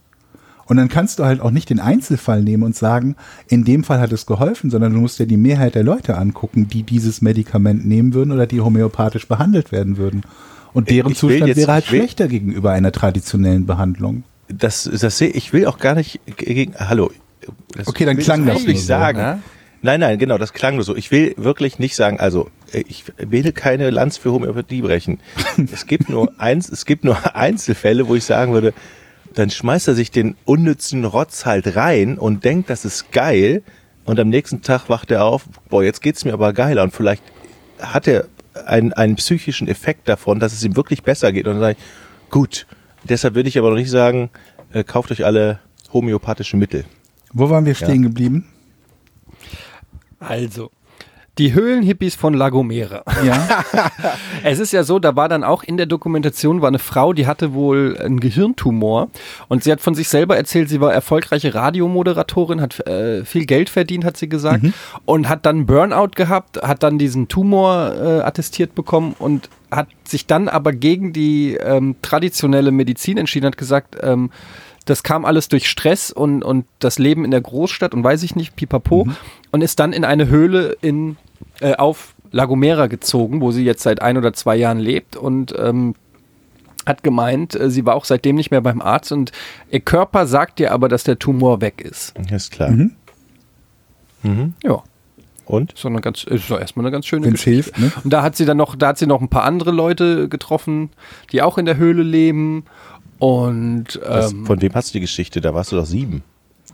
Und dann kannst du halt auch nicht den Einzelfall nehmen und sagen, in dem Fall hat es geholfen, sondern du musst dir die Mehrheit der Leute angucken, die dieses Medikament nehmen würden oder die homöopathisch behandelt werden würden. Und deren Ich will Zustand jetzt- wäre halt ich will- schlechter gegenüber einer traditionellen Behandlung. das, das sehe ich will auch gar nicht gegen. Hallo. Das Okay, dann will klang ich das auch nicht nur so, sagen. ne? Nein, nein, genau, das klang nur so. Ich will wirklich nicht sagen, also ich will keine Lanz für Homöopathie brechen. Es gibt nur eins, es gibt nur Einzelfälle, wo ich sagen würde, dann schmeißt er sich den unnützen Rotz halt rein und denkt, das ist geil. Und am nächsten Tag wacht er auf, boah, jetzt geht's mir aber geiler. Und vielleicht hat er einen, einen psychischen Effekt davon, dass es ihm wirklich besser geht. Und dann sage ich, gut, deshalb würde ich aber noch nicht sagen, äh, kauft euch alle homöopathische Mittel. Wo waren wir stehen geblieben? Also. Die Höhlenhippies von La Gomera. Ja. Es ist ja so, da war dann auch in der Dokumentation war eine Frau, die hatte wohl einen Gehirntumor und sie hat von sich selber erzählt, sie war erfolgreiche Radiomoderatorin, hat äh, viel Geld verdient, hat sie gesagt und hat dann Burnout gehabt, hat dann diesen Tumor äh, attestiert bekommen und hat sich dann aber gegen die ähm, traditionelle Medizin entschieden, hat gesagt, ähm, das kam alles durch Stress und, und das Leben in der Großstadt und weiß ich nicht, pipapo, und ist dann in eine Höhle in, äh, auf La Gomera gezogen, wo sie jetzt seit ein oder zwei Jahren lebt und ähm, hat gemeint, äh, sie war auch seitdem nicht mehr beim Arzt und ihr Körper sagt ihr aber, dass der Tumor weg ist. Ja, Ist klar. Ja. Und? Ist doch eine ganz, ist doch erstmal eine ganz schöne Wenn's Geschichte. hilft, ne? Und da hat sie dann noch, da hat sie noch ein paar andere Leute getroffen, die auch in der Höhle leben. Und Das, ähm, von wem hast du die Geschichte? Da warst du doch sieben.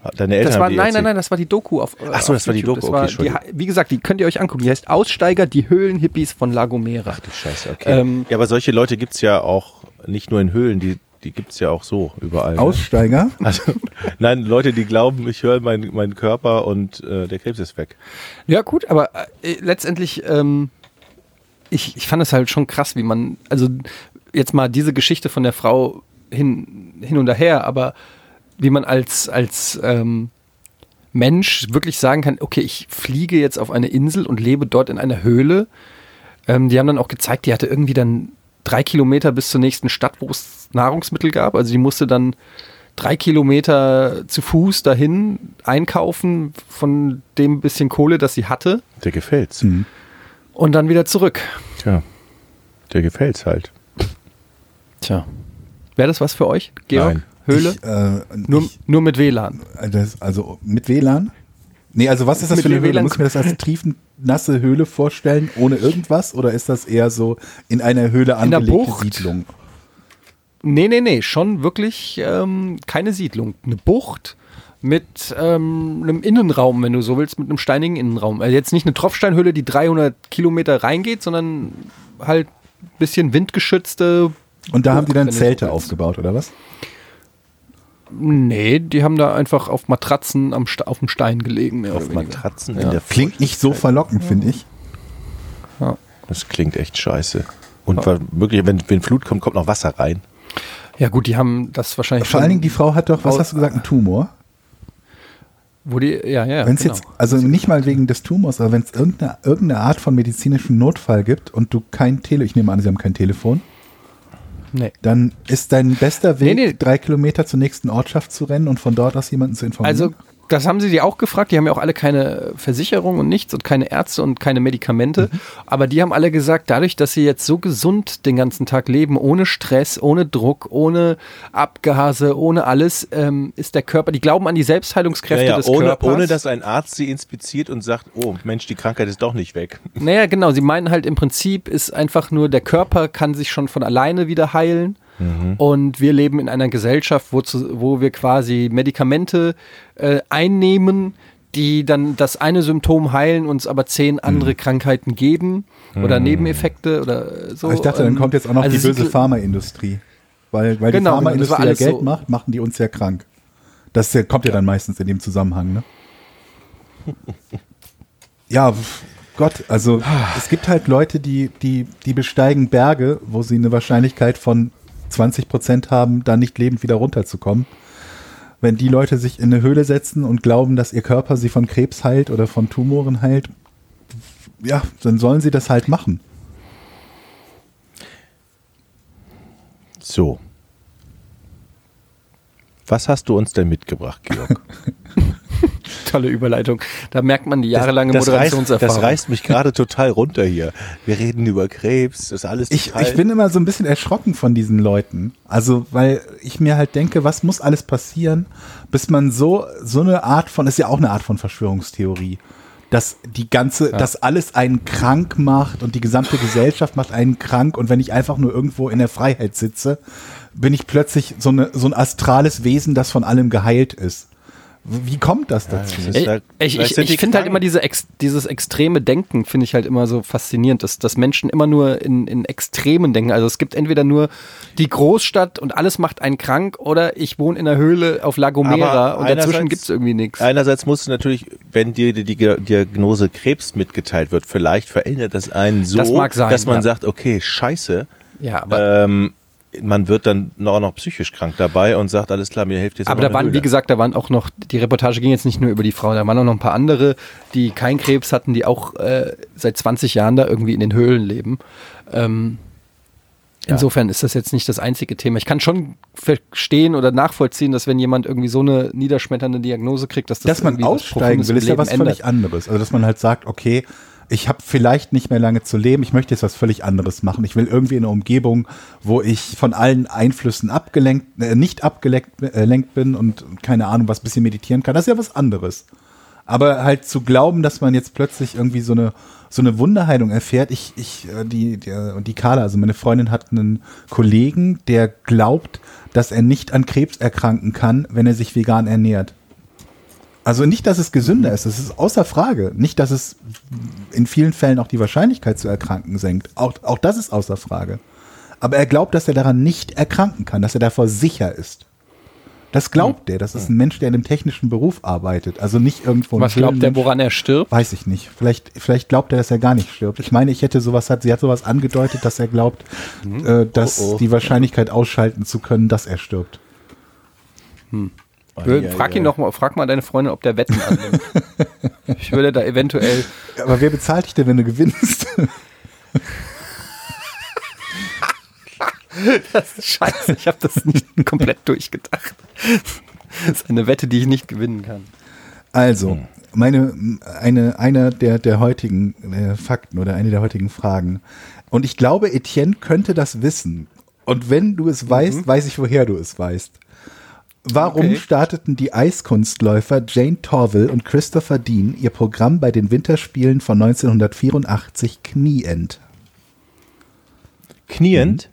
Ah, Deine Eltern das war, haben die nein, nein, erzählt. nein, das war die Doku auf. Ach so, das war die Doku, okay, die, Entschuldigung. Wie gesagt, die könnt ihr euch angucken. Die heißt Aussteiger, die Höhlenhippies von La Gomera. Ach du Scheiße, okay. Ähm, ja, aber solche Leute gibt's ja auch nicht nur in Höhlen, die, die gibt's ja auch so überall. ne? Aussteiger. also, nein, Leute, die glauben, ich höre meinen meinen Körper und äh, der Krebs ist weg. Ja, gut, aber äh, letztendlich, ähm, ich, ich fand es halt schon krass, wie man, also jetzt mal diese Geschichte von der Frau hin, hin und her, aber wie man als, als ähm, Mensch wirklich sagen kann, okay, ich fliege jetzt auf eine Insel und lebe dort in einer Höhle. Ähm, die haben dann auch gezeigt, die hatte irgendwie dann drei Kilometer bis zur nächsten Stadt, wo es Nahrungsmittel gab. Also die musste dann drei Kilometer zu Fuß dahin einkaufen von dem bisschen Kohle, das sie hatte, Der gefällt's. und dann wieder zurück. Tja, der gefällt's halt. Tja. Wäre das was für euch, Georg? Nein. Höhle? Ich, äh, nur, ich, nur mit WLAN. Das, also mit WLAN? Nee, also was ist das Mit für eine Höhle? WLAN? Muss ich mir das als triefend nasse Höhle vorstellen, ohne irgendwas? Oder ist das eher so in einer Höhle einer angelegte Bucht? Siedlung? Nee, nee, nee, schon wirklich ähm, keine Siedlung. Eine Bucht mit ähm, einem Innenraum, wenn du so willst, mit einem steinigen Innenraum. Also jetzt nicht eine Tropfsteinhöhle, die 300 Kilometer reingeht, sondern halt ein bisschen windgeschützte Und da haben die Bucht, wenn dann du so Zelte willst. aufgebaut, oder was? Nee, die haben da einfach auf Matratzen am Sta- auf dem Stein gelegen. Mehr Auf oder weniger. Matratzen in Ja. der Klingt nicht so verlockend, finde ich. Das klingt echt scheiße. Und war wirklich, wenn, wenn Flut kommt, kommt noch Wasser rein. Ja gut, die haben das wahrscheinlich Vor allen Dingen, die Frau hat doch, was Au- hast du gesagt, einen Tumor? wo die, ja, ja, Wenn es genau. jetzt, also nicht mal wegen des Tumors, aber wenn es irgendeine, irgendeine Art von medizinischem Notfall gibt und du kein Telefon, ich nehme an, sie haben kein Telefon, nee. dann ist dein bester Weg, nee. drei Kilometer zur nächsten Ortschaft zu rennen und von dort aus jemanden zu informieren. Also, das haben sie die auch gefragt. Die haben ja auch alle keine Versicherung und nichts und keine Ärzte und keine Medikamente. Mhm. Aber die haben alle gesagt, dadurch, dass sie jetzt so gesund den ganzen Tag leben, ohne Stress, ohne Druck, ohne Abgase, ohne alles, ähm, ist der Körper, die glauben an die Selbstheilungskräfte Naja, des ohne, Körpers. ohne dass ein Arzt sie inspiziert und sagt, oh Mensch, die Krankheit ist doch nicht weg. Naja, genau. Sie meinen halt im Prinzip ist einfach nur, der Körper kann sich schon von alleine wieder heilen. Mhm. Und wir leben in einer Gesellschaft, wo, zu, wo wir quasi Medikamente äh, einnehmen, die dann das eine Symptom heilen, uns aber Mhm. zehn andere Krankheiten geben oder Nebeneffekte oder so. Aber Mhm. ich dachte, dann ähm, kommt jetzt auch noch also die sie- böse Pharmaindustrie. Weil, Genau, weil die genau, das Pharmaindustrie war ja alles Geld so. macht, machen die uns ja krank. Das ist ja- kommt ja dann meistens in dem Zusammenhang, ne? Ja, pf, Gott, also es gibt halt Leute, die, die, die besteigen Berge, wo sie eine Wahrscheinlichkeit von 20 Prozent haben, da nicht lebend wieder runterzukommen. Wenn die Leute sich in eine Höhle setzen und glauben, dass ihr Körper sie von Krebs heilt oder von Tumoren heilt, ja, dann sollen sie das halt machen. So. Was hast du uns denn mitgebracht, Georg? Tolle Überleitung. Da merkt man die jahrelange das, reißt, Moderationserfahrung. das reißt mich gerade total runter hier. Wir reden über Krebs, das ist alles Ich, total ich bin immer so ein bisschen erschrocken von diesen Leuten. Also, weil ich mir halt denke, was muss alles passieren, bis man so, so eine Art von, ist ja auch eine Art von Verschwörungstheorie, dass die ganze, dass alles einen krank macht und die gesamte Gesellschaft macht einen krank und wenn ich einfach nur irgendwo in der Freiheit sitze, bin ich plötzlich so, eine, so ein astrales Wesen, das von allem geheilt ist. Wie kommt das dazu? das ist Ich, halt- Äh, ich, vielleicht ich, sind die ich finde halt krank. immer diese ex, dieses extreme Denken, finde ich halt immer so faszinierend, dass, dass Menschen immer nur in, in Extremen denken. Also es gibt entweder nur die Großstadt und alles macht einen krank oder ich wohne in der Höhle auf Lagomera Aber und dazwischen einerseits- gibt es irgendwie nichts. Einerseits musst du natürlich, wenn dir die Dia- Diagnose Krebs mitgeteilt wird, vielleicht verändert das einen so, Das mag sein, dass man ja. sagt, okay, scheiße, Ja, aber, ähm, man wird dann auch noch psychisch krank dabei und sagt, alles klar, mir hilft jetzt aber immer da eine waren, wie Höhle. gesagt, da waren auch noch, die Reportage ging jetzt nicht nur über die Frauen, da waren auch noch ein paar andere, die keinen Krebs hatten, die auch äh, seit 20 Jahren da irgendwie in den Höhlen leben. Ähm, Insofern ist das jetzt nicht das einzige Thema. Ich kann schon verstehen oder nachvollziehen, dass wenn jemand irgendwie so eine niederschmetternde Diagnose kriegt, dass das dass man irgendwie was aussteigen Profundes will, im ist ja Leben was völlig anderes. Also, dass man halt sagt, okay, ich habe vielleicht nicht mehr lange zu leben, ich möchte jetzt was völlig anderes machen. Ich will irgendwie in einer Umgebung, wo ich von allen Einflüssen abgelenkt, äh, nicht abgelenkt äh, lenkt bin und keine Ahnung, was ein bisschen meditieren kann. Das ist ja was anderes. Aber halt zu glauben, dass man jetzt plötzlich irgendwie so eine, so eine Wunderheilung erfährt. Ich, ich, äh, die, die, äh, die Carla, also meine Freundin hat einen Kollegen, der glaubt, dass er nicht an Krebs erkranken kann, wenn er sich vegan ernährt. Also nicht, dass es Mhm. gesünder ist, das ist außer Frage. Nicht, dass es in vielen Fällen auch die Wahrscheinlichkeit zu erkranken senkt. Auch, auch das ist außer Frage. Aber er glaubt, dass er daran nicht erkranken kann, dass er davor sicher ist. Das glaubt Mhm. er. Das ist ein Mensch, der in einem technischen Beruf arbeitet. Also nicht irgendwo. ein Was glaubt er, Höhlenmensch. woran er stirbt? Weiß ich nicht. Vielleicht, vielleicht glaubt er, dass er gar nicht stirbt. Ich meine, ich hätte sowas hat, sie hat sowas angedeutet, dass er glaubt, Mhm. äh, dass Oh, oh. die Wahrscheinlichkeit ausschalten zu können, dass er stirbt. Ei, ei, frag ei. ihn doch mal, frag mal deine Freundin, ob der Wetten annimmt. ich würde da eventuell. Aber wer bezahlt dich denn, wenn du gewinnst? Scheiße, ich habe das nicht komplett durchgedacht. Das ist eine Wette, die ich nicht gewinnen kann. Also, meine, eine, einer der, der heutigen äh, Fakten oder eine der heutigen Fragen. Und ich glaube, Etienne könnte das wissen. Und wenn du es weißt, weiß ich, woher du es weißt. Warum Okay. starteten die Eiskunstläufer Jane Torville und Christopher Dean ihr Programm bei den Winterspielen von 1984 knieend? Kniend.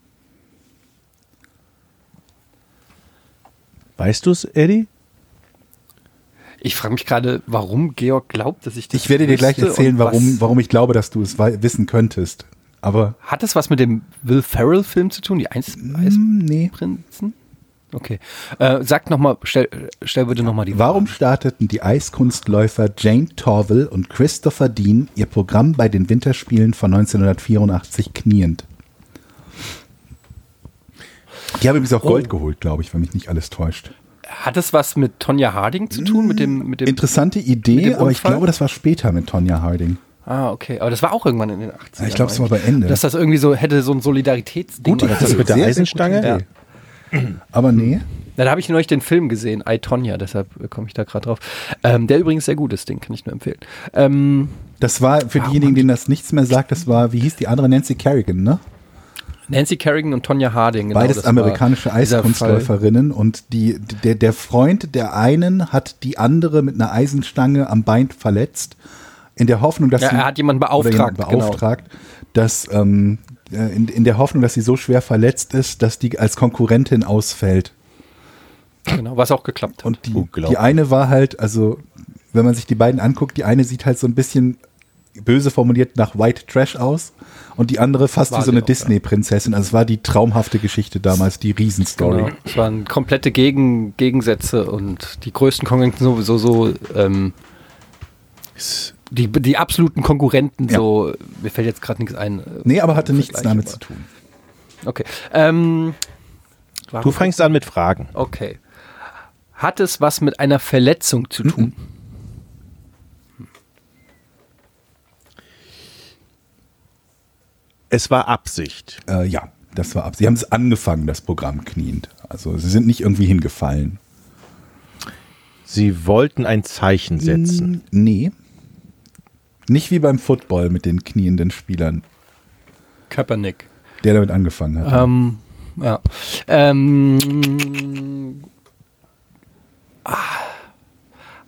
Weißt du es, Eddie? Ich frage mich gerade, warum Georg glaubt, dass ich das Ich werde dir gleich wüsste erzählen, und was- warum, warum ich glaube, dass du es wei- wissen könntest. Aber Mm. Hat das was mit dem Will Ferrell-Film zu tun, die Eis Eis hm, nee. Prinzen? Okay. Äh, sag nochmal, stell, stell bitte nochmal die Warum starteten die Eiskunstläufer Jane Torville und Christopher Dean ihr Programm bei den Winterspielen von 1984 kniend? Die haben übrigens auch Gold Oh. geholt, glaube ich, wenn mich nicht alles täuscht. Hat das was mit Tonja Harding zu tun? Mit dem, mit dem. Interessante dem Idee, aber ich Unfall? glaube, das war später mit Tonja Harding. Ah, okay. Aber das war auch irgendwann in den 80ern. Ja, ich glaube, es war eigentlich. bei Ende. Dass das irgendwie so hätte so ein Solidaritätsding. Gute oder Das so. mit der Sehr, sehr Eisenstange? gute Idee. Aber nee, Na, da habe ich neulich den Film gesehen, I Tonya, deshalb äh, komme ich da gerade drauf. Ähm, der übrigens sehr gut ist, den kann ich nur empfehlen. Ähm, das war für diejenigen, denen das nichts mehr sagt, das war, wie hieß die andere, Nancy Kerrigan, ne? Nancy Kerrigan und Tonja Harding. genau, Beides das war amerikanische dieser Fall. Eiskunstläuferinnen und die, der, der Freund der einen hat die andere mit einer Eisenstange am Bein verletzt, in der Hoffnung, dass Ja, sie, er hat jemanden oder beauftragt, jemanden genau. beauftragt dass ähm, äh, in, in der Hoffnung, dass sie so schwer verletzt ist, dass die als Konkurrentin ausfällt. Genau, was auch geklappt hat. Und die, Unglaublich. die eine war halt, also wenn man sich die beiden anguckt, die eine sieht halt so ein bisschen böse formuliert nach White Trash aus und die andere fast War wie so eine die auch, ja. Disney-Prinzessin. Also es war die traumhafte Geschichte damals, die Riesenstory. Genau. Es waren komplette Gegen Gegensätze und die größten Konkurrenten sowieso so, ähm, die, die absoluten Konkurrenten Ja. so, mir fällt jetzt gerade nichts ein. äh, Nee, aber hatte im nichts Vergleich, damit aber- zu tun. Okay. Ähm, Du fängst an mit Fragen. Okay. Hat es was mit einer Verletzung zu tun? Es war Absicht. Äh, ja, das war ab. Sie haben es angefangen, das Programm kniend. Also sie sind nicht irgendwie hingefallen. Sie wollten ein Zeichen setzen. Mhm. Nee. Nicht wie beim Football mit den knienden Spielern, Kaepernick. der damit angefangen hat. Ähm, ja. Ähm, ah.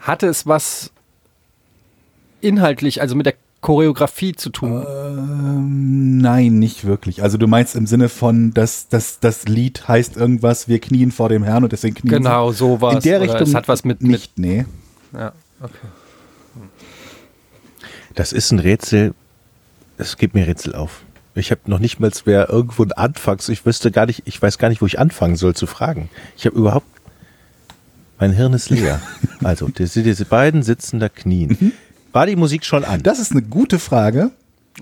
hatte es was inhaltlich, also mit der Choreografie zu tun? Nein, nicht wirklich. Also du meinst im Sinne von, dass, dass das Lied heißt irgendwas, wir knien vor dem Herrn und deswegen knien Genau, sie. sowas. In der Oder Richtung es hat was mit- mit- nicht, nee. ja, okay. Das ist ein Rätsel. Es gibt mir Rätsel auf. Ich habe noch nicht mal wer irgendwo ein Anfangs. Ich wüsste gar nicht, ich weiß gar nicht, wo ich anfangen soll zu fragen. Ich habe überhaupt. Mein Hirn ist leer. also, diese, diese beiden sitzen da Mhm. knien. War die Musik schon an? Das ist eine gute Frage.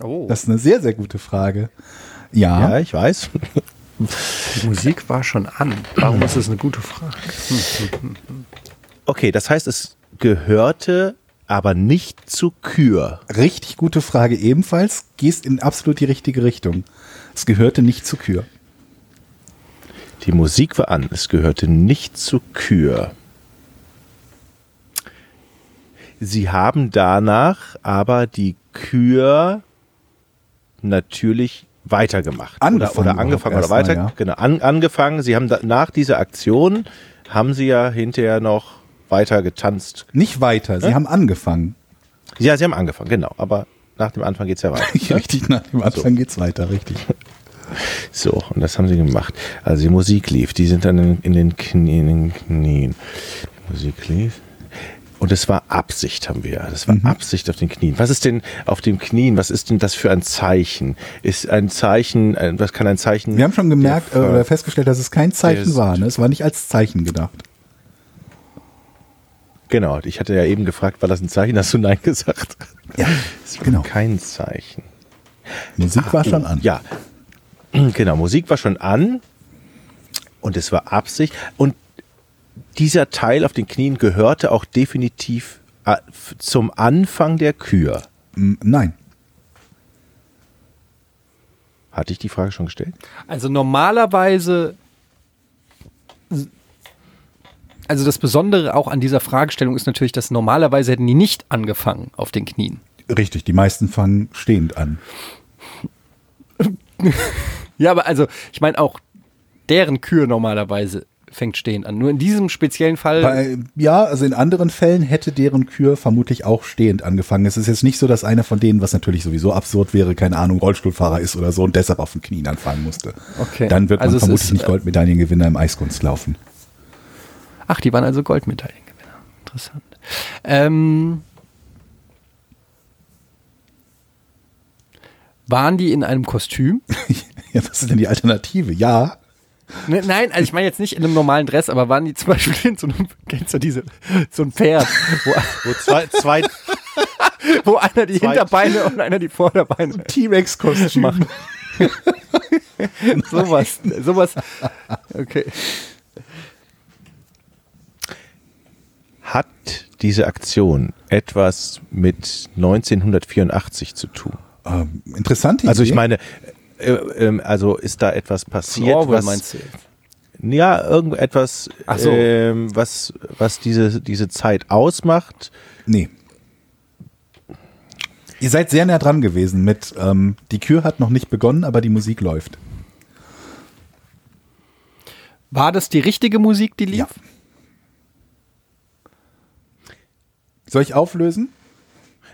Oh, Das ist eine sehr, sehr gute Frage. ja, Ja, ich weiß. die Musik war schon an. Warum ist das eine gute Frage? Okay, das heißt, es gehörte aber nicht zu Kür. richtig gute Frage ebenfalls. Gehst in absolut die richtige Richtung. Es gehörte nicht zu Kür. Die Musik war an, es gehörte nicht zu Kür. Sie haben danach aber die Kür natürlich weitergemacht. Angefangen oder, oder angefangen oder überhaupt erst weiter. mal, ja. Genau, an, angefangen. Sie haben da, nach dieser Aktion, haben sie ja hinterher noch weiter getanzt. Nicht weiter, sie haben angefangen. Ja, sie haben angefangen, genau. Aber nach dem Anfang geht's ja weiter. richtig nach dem Anfang geht's weiter, richtig. So, und das haben sie gemacht. Also die Musik lief, die sind dann in, in, den, Knie, in den Knien. Die Musik lief. Und es war Absicht, haben wir. Das war Mhm. Absicht auf den Knien. Was ist denn auf dem Knien? Was ist denn das für ein Zeichen? Ist ein Zeichen, ein- was kann ein Zeichen? Wir haben schon gemerkt äh, Der Ver- oder festgestellt, dass es kein Zeichen ist- war. Ne? Es war nicht als Zeichen gedacht. Genau, ich hatte ja eben gefragt, war das ein Zeichen? Hast du Nein gesagt? Ja, Es war genau. kein Zeichen. Musik war schon an. Ja, genau. Musik war schon an und es war Absicht. Und dieser Teil auf den Knien gehörte auch definitiv äh, f- zum Anfang der Kür. M- Hm, Nein. Hatte ich die Frage schon gestellt? Also normalerweise. Also das Besondere auch an dieser Fragestellung ist natürlich, dass normalerweise hätten die nicht angefangen auf den Knien. Richtig, die meisten fangen stehend an. Ja, aber also ich meine auch deren Kür normalerweise fängt stehend an. Nur in diesem speziellen Fall. Bei, ja, also in anderen Fällen hätte deren Kür vermutlich auch stehend angefangen. Es ist jetzt nicht so, dass einer von denen, was natürlich sowieso absurd wäre, keine Ahnung, Rollstuhlfahrer ist oder so und deshalb auf den Knien anfangen musste. Okay. Dann wird man Also es vermutlich ist, nicht äh, Goldmedaillengewinner im Eiskunstlaufen. Ach, die waren also Goldmedaillengewinner. Interessant. Ähm, waren die in einem Kostüm? ja, was ist denn die Alternative? Ja, Ne, nein, also ich meine jetzt nicht in einem normalen Dress, aber waren die zum Beispiel in so einem, kennst du diese, so ein Pferd, wo, Wo zwei, zwei, wo einer die Zwei- Hinterbeine und einer die Vorderbeine T-Rex-Kostüm. macht. sowas, sowas. Okay. hat diese Aktion etwas mit 1984 zu tun? Ähm, interessante Also ich Idee. meine, äh, ähm, also ist da etwas passiert, Orwell was, meinst du? ja, irgendetwas, Ach so. ähm, was, was diese, diese Zeit ausmacht? Nee. Ihr seid sehr nah dran gewesen mit, ähm, die Kür hat noch nicht begonnen, aber die Musik läuft. War das die richtige Musik, die lief? Ja. Soll ich auflösen?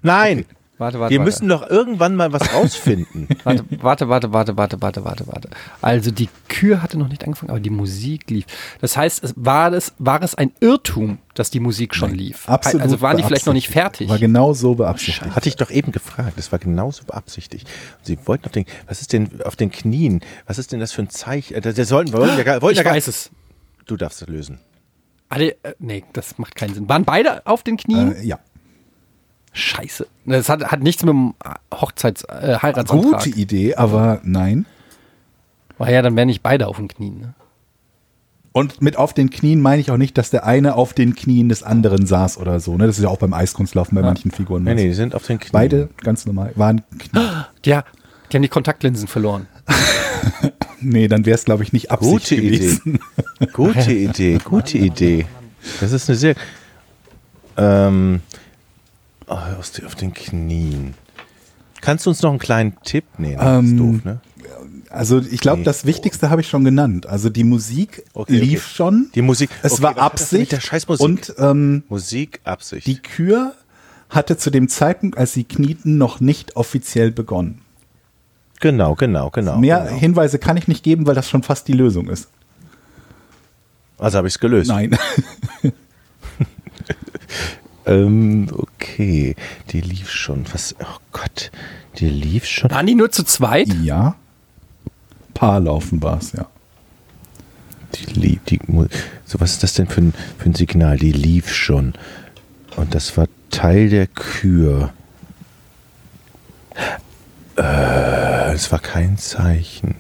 Nein! Warte, warte, Wir warte. müssen doch irgendwann mal was rausfinden. Warte, warte, warte, warte, warte, warte, warte, warte. Also die Kür hatte noch nicht angefangen, aber die Musik lief. Das heißt, es war, das, war es ein Irrtum, dass die Musik schon lief? Absolut. Also waren die vielleicht noch nicht beabsichtigt. fertig? War genau so beabsichtigt. Hatte ich doch eben gefragt. Das war genauso beabsichtigt. Sie wollten auf den, was ist denn auf den Knien? Was ist denn das für ein Zeichen? Äh, Das, das sollten, wir wollten ja gar, wollten Ich ja gar, weiß es. Du darfst es lösen. Alle, äh, nee, das macht keinen Sinn. Waren beide auf den Knien? Äh, ja. Scheiße. Das hat, hat nichts mit dem Hochzeits-, äh, Heiratsantrag. Gute Idee, aber nein. Oh ja, dann wären nicht beide auf den Knien. Ne? Und mit auf den Knien meine ich auch nicht, dass der eine auf den Knien des anderen saß oder so. Ne? Das ist ja auch beim Eiskunstlaufen bei manchen Figuren. Ah. Nee, mal nee, Ah. so. die sind auf den Knien. Beide ganz normal waren Knie. Ja, die haben die Kontaktlinsen verloren. Nee, dann wäre es, glaube ich, nicht Absicht Gute Idee. gewesen. Gute Idee, gute Idee. Das ist eine sehr. Ähm, oh, aus, auf den Knien. Kannst du uns noch einen kleinen Tipp nehmen? Das ist Ähm, doof, ne? Also ich glaube, das Wichtigste habe ich schon genannt. Also die Musik Okay, okay. lief schon. Die Musik. es Okay, war was hat das denn Absicht. Mit der Scheißmusik. Und ähm, Musik, Absicht. die Kür hatte zu dem Zeitpunkt, als sie knieten, noch nicht offiziell begonnen. genau, genau, genau. Mehr genau. Hinweise kann ich nicht geben, weil das schon fast die Lösung ist. Also habe ich es gelöst. Nein. Ähm, okay. Die lief schon. Was? Oh Gott. Die lief schon. Waren die nur zu zweit? ja. Paar laufen war es, ja. Die lief. Die, Mu- so, was ist das denn für ein, für ein Signal? Die lief schon. Und das war Teil der Kür. Äh, es war kein Zeichen.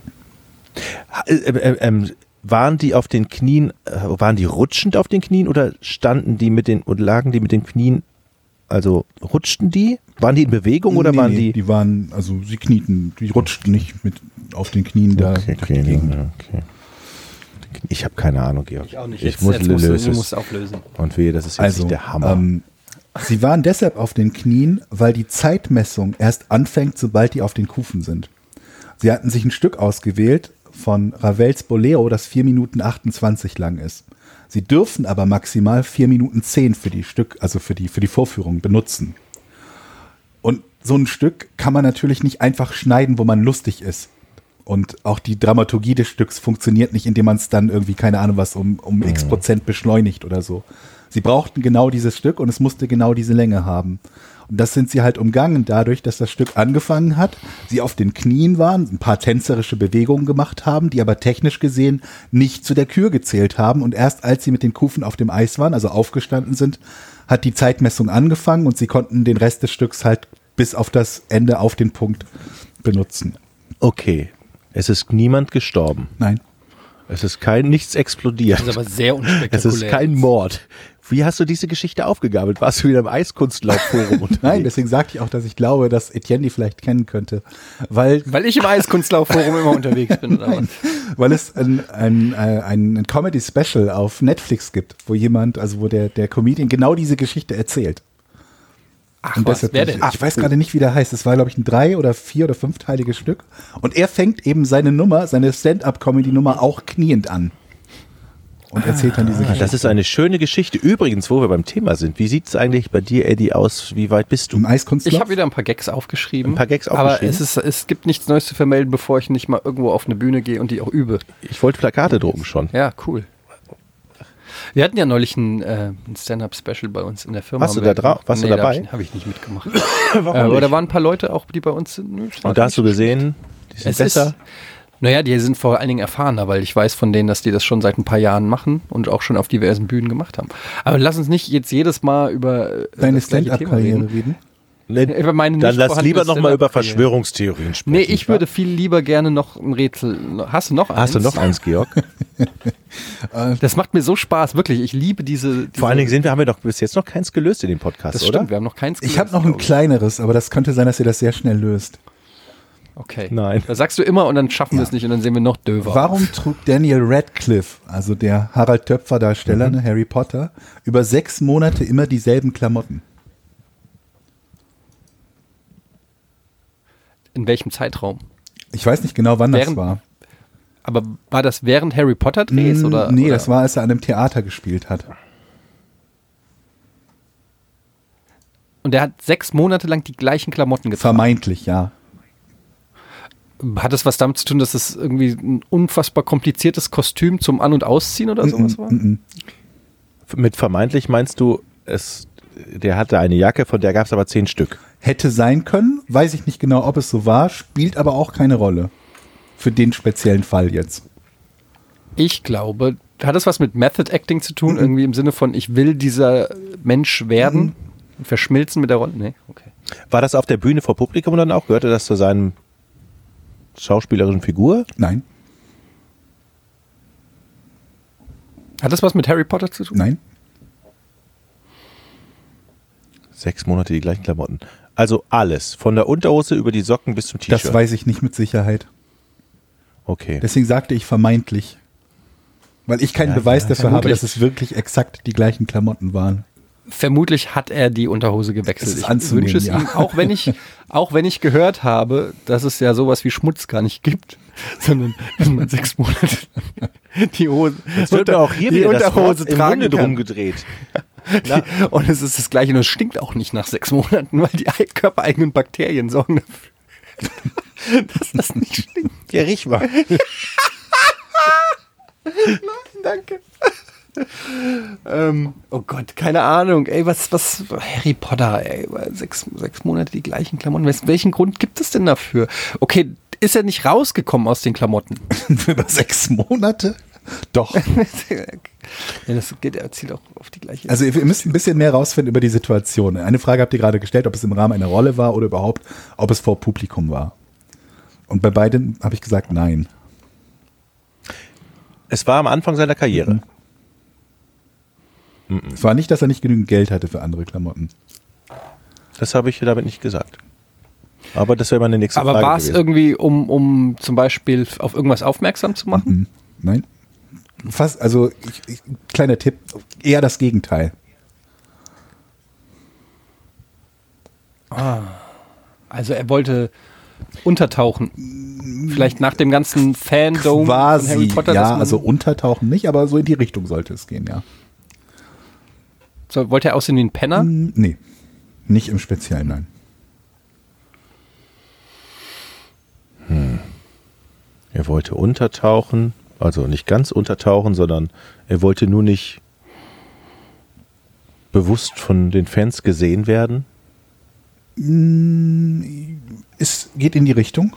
Ha- äh, äh, ähm, waren die auf den Knien, äh, waren die rutschend auf den Knien oder standen die mit den, und lagen die mit den Knien, also rutschten die? Waren die in Bewegung oder Nee, waren nee, die? Die waren, also sie knieten, die rutschten nicht mit auf den Knien da. Okay, durch die okay, Gegend. ja, okay. Ich habe keine Ahnung, Georg. Ich Jetzt- muss jetzt musst du- lösen. Du musst auflösen. Und wehe, das ist jetzt Also, nicht der Hammer. Ähm, sie waren deshalb auf den Knien, weil die Zeitmessung erst anfängt, sobald die auf den Kufen sind. Sie hatten sich ein Stück ausgewählt von Ravels Bolero, das 4 Minuten 28 lang ist. Sie dürfen aber maximal 4 Minuten 10 für die Stück, also für die, für die Vorführung benutzen. Und so ein Stück kann man natürlich nicht einfach schneiden, wo man lustig ist. Und auch die Dramaturgie des Stücks funktioniert nicht, indem man es dann irgendwie, keine Ahnung was, um, um x Prozent beschleunigt oder so. Sie brauchten genau dieses Stück und es musste genau diese Länge haben. Und das sind sie halt umgangen dadurch, dass das Stück angefangen hat, sie auf den Knien waren, ein paar tänzerische Bewegungen gemacht haben, die aber technisch gesehen nicht zu der Kür gezählt haben. Und erst als sie mit den Kufen auf dem Eis waren, also aufgestanden sind, hat die Zeitmessung angefangen und sie konnten den Rest des Stücks halt bis auf das Ende auf den Punkt benutzen. okay, es ist niemand gestorben. Nein. Es ist kein nichts explodiert. Das ist aber sehr es unspektakulär. ist kein Mord. Wie hast du diese Geschichte aufgegabelt? Warst du wieder im Eiskunstlaufforum unterwegs? Nein, deswegen sagte ich auch, dass ich glaube, dass Etienne die vielleicht kennen könnte, weil, Weil ich im Eiskunstlaufforum immer unterwegs bin. Oder was? weil es ein, ein, äh, ein, ein Comedy-Special auf Netflix gibt, wo jemand, also wo der, der Comedian genau diese Geschichte erzählt. Ach, Und was, deshalb- wer denn? Ich weiß gerade nicht, wie der heißt. Es war, glaube ich, ein drei- oder vier- oder fünfteiliges Stück. Und er fängt eben seine Nummer, seine Stand-up-Comedy-Nummer auch kniend an. Und erzählt dann diese Ah, Geschichte. Das ist eine schöne Geschichte. Übrigens, wo wir beim Thema sind, wie sieht es eigentlich bei dir, Eddie, aus? Wie weit bist du? Im Eiskunstlauf? Ich habe wieder ein paar Gags aufgeschrieben. Ein paar Gags Aber aufgeschrieben? es, ist, es gibt nichts Neues zu vermelden, bevor ich nicht mal irgendwo auf eine Bühne gehe und die auch übe. Ich wollte Plakate drucken schon. Ja, cool. Wir hatten ja neulich ein, äh, ein Stand-Up-Special bei uns in der Firma. Warst du Haben wir- da drauf? Warst du da dabei? Habe ich, hab ich nicht mitgemacht. äh, aber da waren ein paar Leute auch, die bei uns sind. Nö, das war Und da hast nicht du gesehen, die sind es besser. Ist, Naja, die sind vor allen Dingen erfahrener, weil ich weiß von denen, dass die das schon seit ein paar Jahren machen und auch schon auf diversen Bühnen gemacht haben. Aber lass uns nicht jetzt jedes Mal über äh, Deine das gleiche Thema Stand-Up-Karriere reden. Nee, Über meine nicht Ne, dann lass vorhandene lieber nochmal über Stand-up-Karriere. Verschwörungstheorien sprechen. Nee, ich würde viel lieber gerne noch ein Rätsel. Hast du noch eins? Ah, Hast du noch eins, Georg? Das macht mir so Spaß, wirklich. Ich liebe diese. diese Vor allen Dingen sind wir, haben wir doch bis jetzt noch keins gelöst in dem Podcast, das oder? stimmt, wir haben noch keins Ich gelöst, habe noch ein glaub kleineres, aber das könnte sein, dass ihr das sehr schnell löst. ich. Okay. Nein. Das sagst du immer und dann schaffen wir es nicht und dann sehen wir noch döver. Warum trug Daniel Radcliffe, also der Harald Töpfer-Darsteller, ne, Harry Potter, über sechs Monate immer dieselben Klamotten? In welchem Zeitraum? Ich weiß nicht genau, wann das Während war. Aber war das während Harry Potter Drehs Mm, oder? nee, oder? das war, als er an einem Theater gespielt hat. Und der hat sechs Monate lang die gleichen Klamotten getragen. Vermeintlich, ja. Hat das was damit zu tun, dass es irgendwie ein unfassbar kompliziertes Kostüm zum An- und Ausziehen oder sowas war? Mit vermeintlich meinst du, es, der hatte eine Jacke, von der gab es aber zehn Stück. Hätte sein können, weiß ich nicht genau, ob es so war, spielt aber auch keine Rolle. Für den speziellen Fall jetzt. Ich glaube, hat das was mit Method Acting zu Mhm. tun? Irgendwie im Sinne von, ich will dieser Mensch werden? Mhm. und Verschmilzen mit der Rolle? Nee, okay. War das auf der Bühne vor Publikum dann auch? Gehörte das zu seinem schauspielerischen Figur? Nein, Hat das was mit Harry Potter zu tun? nein. Sechs Monate die gleichen Klamotten. Also alles, von der Unterhose über die Socken bis zum T-Shirt. Das weiß ich nicht mit Sicherheit. okay. Deswegen sagte ich vermeintlich. Weil ich keinen Ja, Beweis ja, dafür habe, vermutlich. dass es wirklich exakt die gleichen Klamotten waren. Vermutlich hat er die Unterhose gewechselt. Es ist ich anzunehmen, wünsche es ja. ihm, auch wenn, ich, auch wenn ich gehört habe, dass es ja sowas wie Schmutz gar nicht gibt, sondern dass man sechs Monate die Hose, Jetzt wird mir auch hier die wieder das Wort Unterhose im tragen Munde drum kann. gedreht. Die- Ne? Und es ist das Gleiche, nur es stinkt auch nicht nach sechs Monaten, weil die ei- körpereigenen Bakterien sorgen dafür, dass das nicht stinkt. Ja, riech mal. Danke. Ähm, oh Gott, keine Ahnung. Ey, was, was, Harry Potter, ey, sechs, sechs Monate die gleichen Klamotten. Wes- Welchen Grund gibt es denn dafür? Okay, ist er nicht rausgekommen aus den Klamotten? Über sechs Monate? Doch. ja, das geht, er zielt auch auf die gleiche. Also ihr müsst ein bisschen mehr rausfinden über die Situation. Eine Frage habt ihr gerade gestellt, ob es im Rahmen einer Rolle war oder überhaupt, ob es vor Publikum war. Und bei beiden habe ich gesagt, nein. Es war am Anfang seiner Karriere. Es war nicht, dass er nicht genügend Geld hatte für andere Klamotten. Das habe ich damit nicht gesagt. Aber das wäre meine nächste Aber Frage. war es gewesen. irgendwie, um, um zum Beispiel auf irgendwas aufmerksam zu machen? Hm, Nein? Fast, also ich, ich, kleiner Tipp, eher das Gegenteil. Also er wollte untertauchen. Vielleicht nach dem ganzen Fandom Quasi, von Harry Potter, dass ja, man, also untertauchen nicht, aber so in die Richtung sollte es gehen, ja. so, wollte er aussehen wie ein Penner? Hm, Nee, nicht im Speziellen, nein. Er wollte untertauchen, also nicht ganz untertauchen, sondern er wollte nur nicht bewusst von den Fans gesehen werden. Es geht in die Richtung.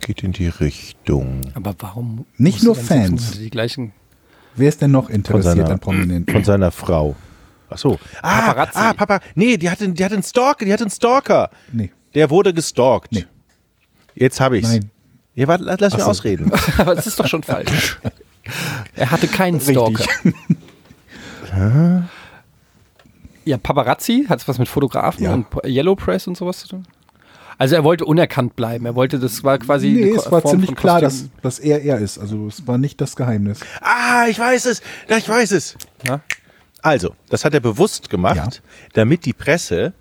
Geht in die Richtung Aber warum? Nicht muss er nur dann sechs Fans. Monate Die gleichen. Wer ist denn noch von interessiert seiner, an Prominenten? von seiner Frau. Ach so. Ah, Paparazzi. ah, Papa. Nee, die hat einen, die hat einen Stalker, die hat einen Stalker. Nee. Der wurde gestalkt. Nee. Jetzt habe ich's. Nein. Ja, warte, lass lass Ach mich so. ausreden. Aber es ist doch schon falsch. Er hatte keinen Stalker. Ja, Paparazzi, hat es was mit Fotografen Ja. und Po- Yellow Press und sowas zu tun? Also er wollte unerkannt bleiben. Er wollte, das war quasi. Nee, eine Ko- es war Form ziemlich von klar, dass, Kostüm. dass er er ist. Also es war nicht das Geheimnis. Ah, ich weiß es. Ja, ich weiß es. Ja? Also, das hat er bewusst gemacht, Ja. damit die Presse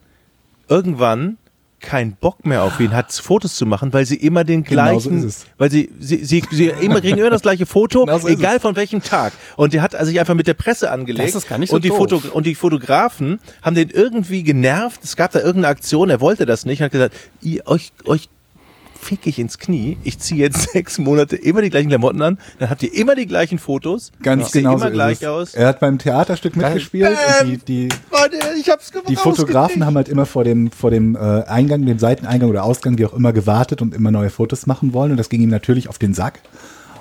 irgendwann keinen Bock mehr auf ihn hat, Fotos zu machen, weil sie immer den Genau so gleichen, ist es. weil sie, sie, sie, sie immer kriegen immer das gleiche Foto, Genau so ist egal von welchem Tag. Und der hat also sich einfach mit der Presse angelegt. Das ist gar nicht so und, die doof. Foto, und die Fotografen haben den irgendwie genervt. Es gab da irgendeine Aktion, er wollte das nicht, hat gesagt, ihr, euch, euch fick ich ins Knie. Ich ziehe jetzt sechs Monate immer die gleichen Klamotten an, dann habt ihr immer die gleichen Fotos. Ganz ich sehe genau so immer ist gleich es. aus. Er hat beim Theaterstück mitgespielt und die, die, Leute, ich hab's gemacht. die Fotografen haben halt immer vor dem, vor dem äh, Eingang, dem Seiteneingang oder Ausgang, wie auch immer, gewartet und immer neue Fotos machen wollen. Und das ging ihm natürlich auf den Sack.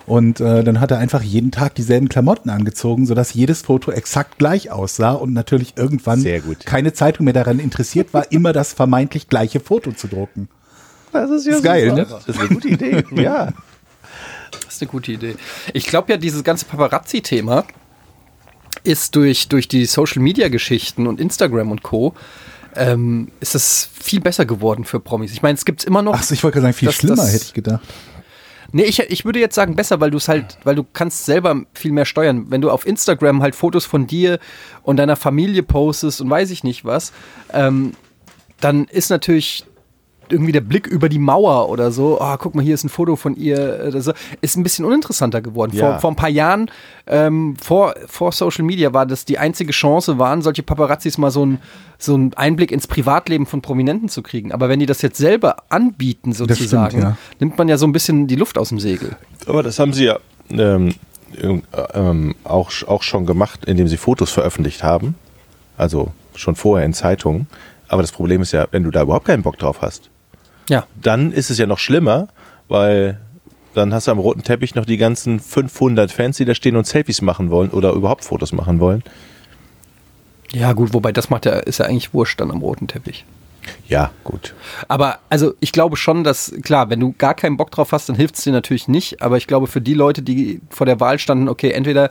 Und äh, dann hat er einfach jeden Tag dieselben Klamotten angezogen, sodass jedes Foto exakt gleich aussah und natürlich irgendwann Sehr gut. keine Zeitung mehr daran interessiert war, immer das vermeintlich gleiche Foto zu drucken. Das ist ja Ist geil, super. ne? Das ist eine gute Idee. ja. Das ist eine gute Idee. Ich glaube ja, dieses ganze Paparazzi-Thema ist durch, durch die Social-Media-Geschichten und Instagram und Co. Ähm, ist es viel besser geworden für Promis. Ich meine, es gibt immer noch. Ach, so, ich wollte gerade sagen, viel Das- schlimmer das- hätte ich gedacht. Nee, ich, ich würde jetzt sagen besser, weil du es halt, weil du kannst selber viel mehr steuern. Wenn du auf Instagram halt Fotos von dir und deiner Familie postest und weiß ich nicht was, ähm, dann ist natürlich irgendwie der Blick über die Mauer oder so, ah, guck mal, hier ist ein Foto von ihr, äh, oder so, ist ein bisschen uninteressanter geworden. Ja. Vor, vor ein paar Jahren, ähm, vor, vor Social Media war das die einzige Chance, waren solche Paparazzis mal so ein so einen Einblick ins Privatleben von Prominenten zu kriegen. Aber wenn die das jetzt selber anbieten, stimmt, sozusagen, ja. nimmt man ja so ein bisschen die Luft aus dem Segel. Aber das haben sie ja ähm, irg- ähm, auch, auch schon gemacht, indem sie Fotos veröffentlicht haben. Also schon vorher in Zeitungen. Aber das Problem ist ja, wenn du da überhaupt keinen Bock drauf hast, Ja. dann ist es ja noch schlimmer, weil dann hast du am roten Teppich noch die ganzen 500 Fans, die da stehen und Selfies machen wollen oder überhaupt Fotos machen wollen. Ja, gut, wobei das macht ja, ist ja eigentlich wurscht dann am roten Teppich. Ja, gut. Aber also ich glaube schon, dass, klar, wenn du gar keinen Bock drauf hast, dann hilft es dir natürlich nicht. Aber ich glaube, für die Leute, die vor der Wahl standen, okay, entweder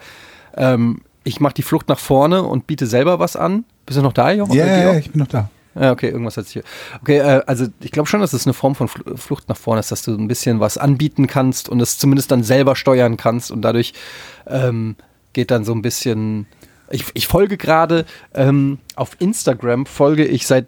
ähm, ich mache die Flucht nach vorne und biete selber was an. Bist du noch da, Jochen? Ja, ja, Georg? ja, ich bin noch da. Ja, okay, irgendwas hat sich hier. Okay, äh, also ich glaube schon, dass es eine Form von Fl- Flucht nach vorne ist, dass du ein bisschen was anbieten kannst und es zumindest dann selber steuern kannst und dadurch ähm, geht dann so ein bisschen. Ich, ich folge gerade ähm, auf Instagram, folge ich seit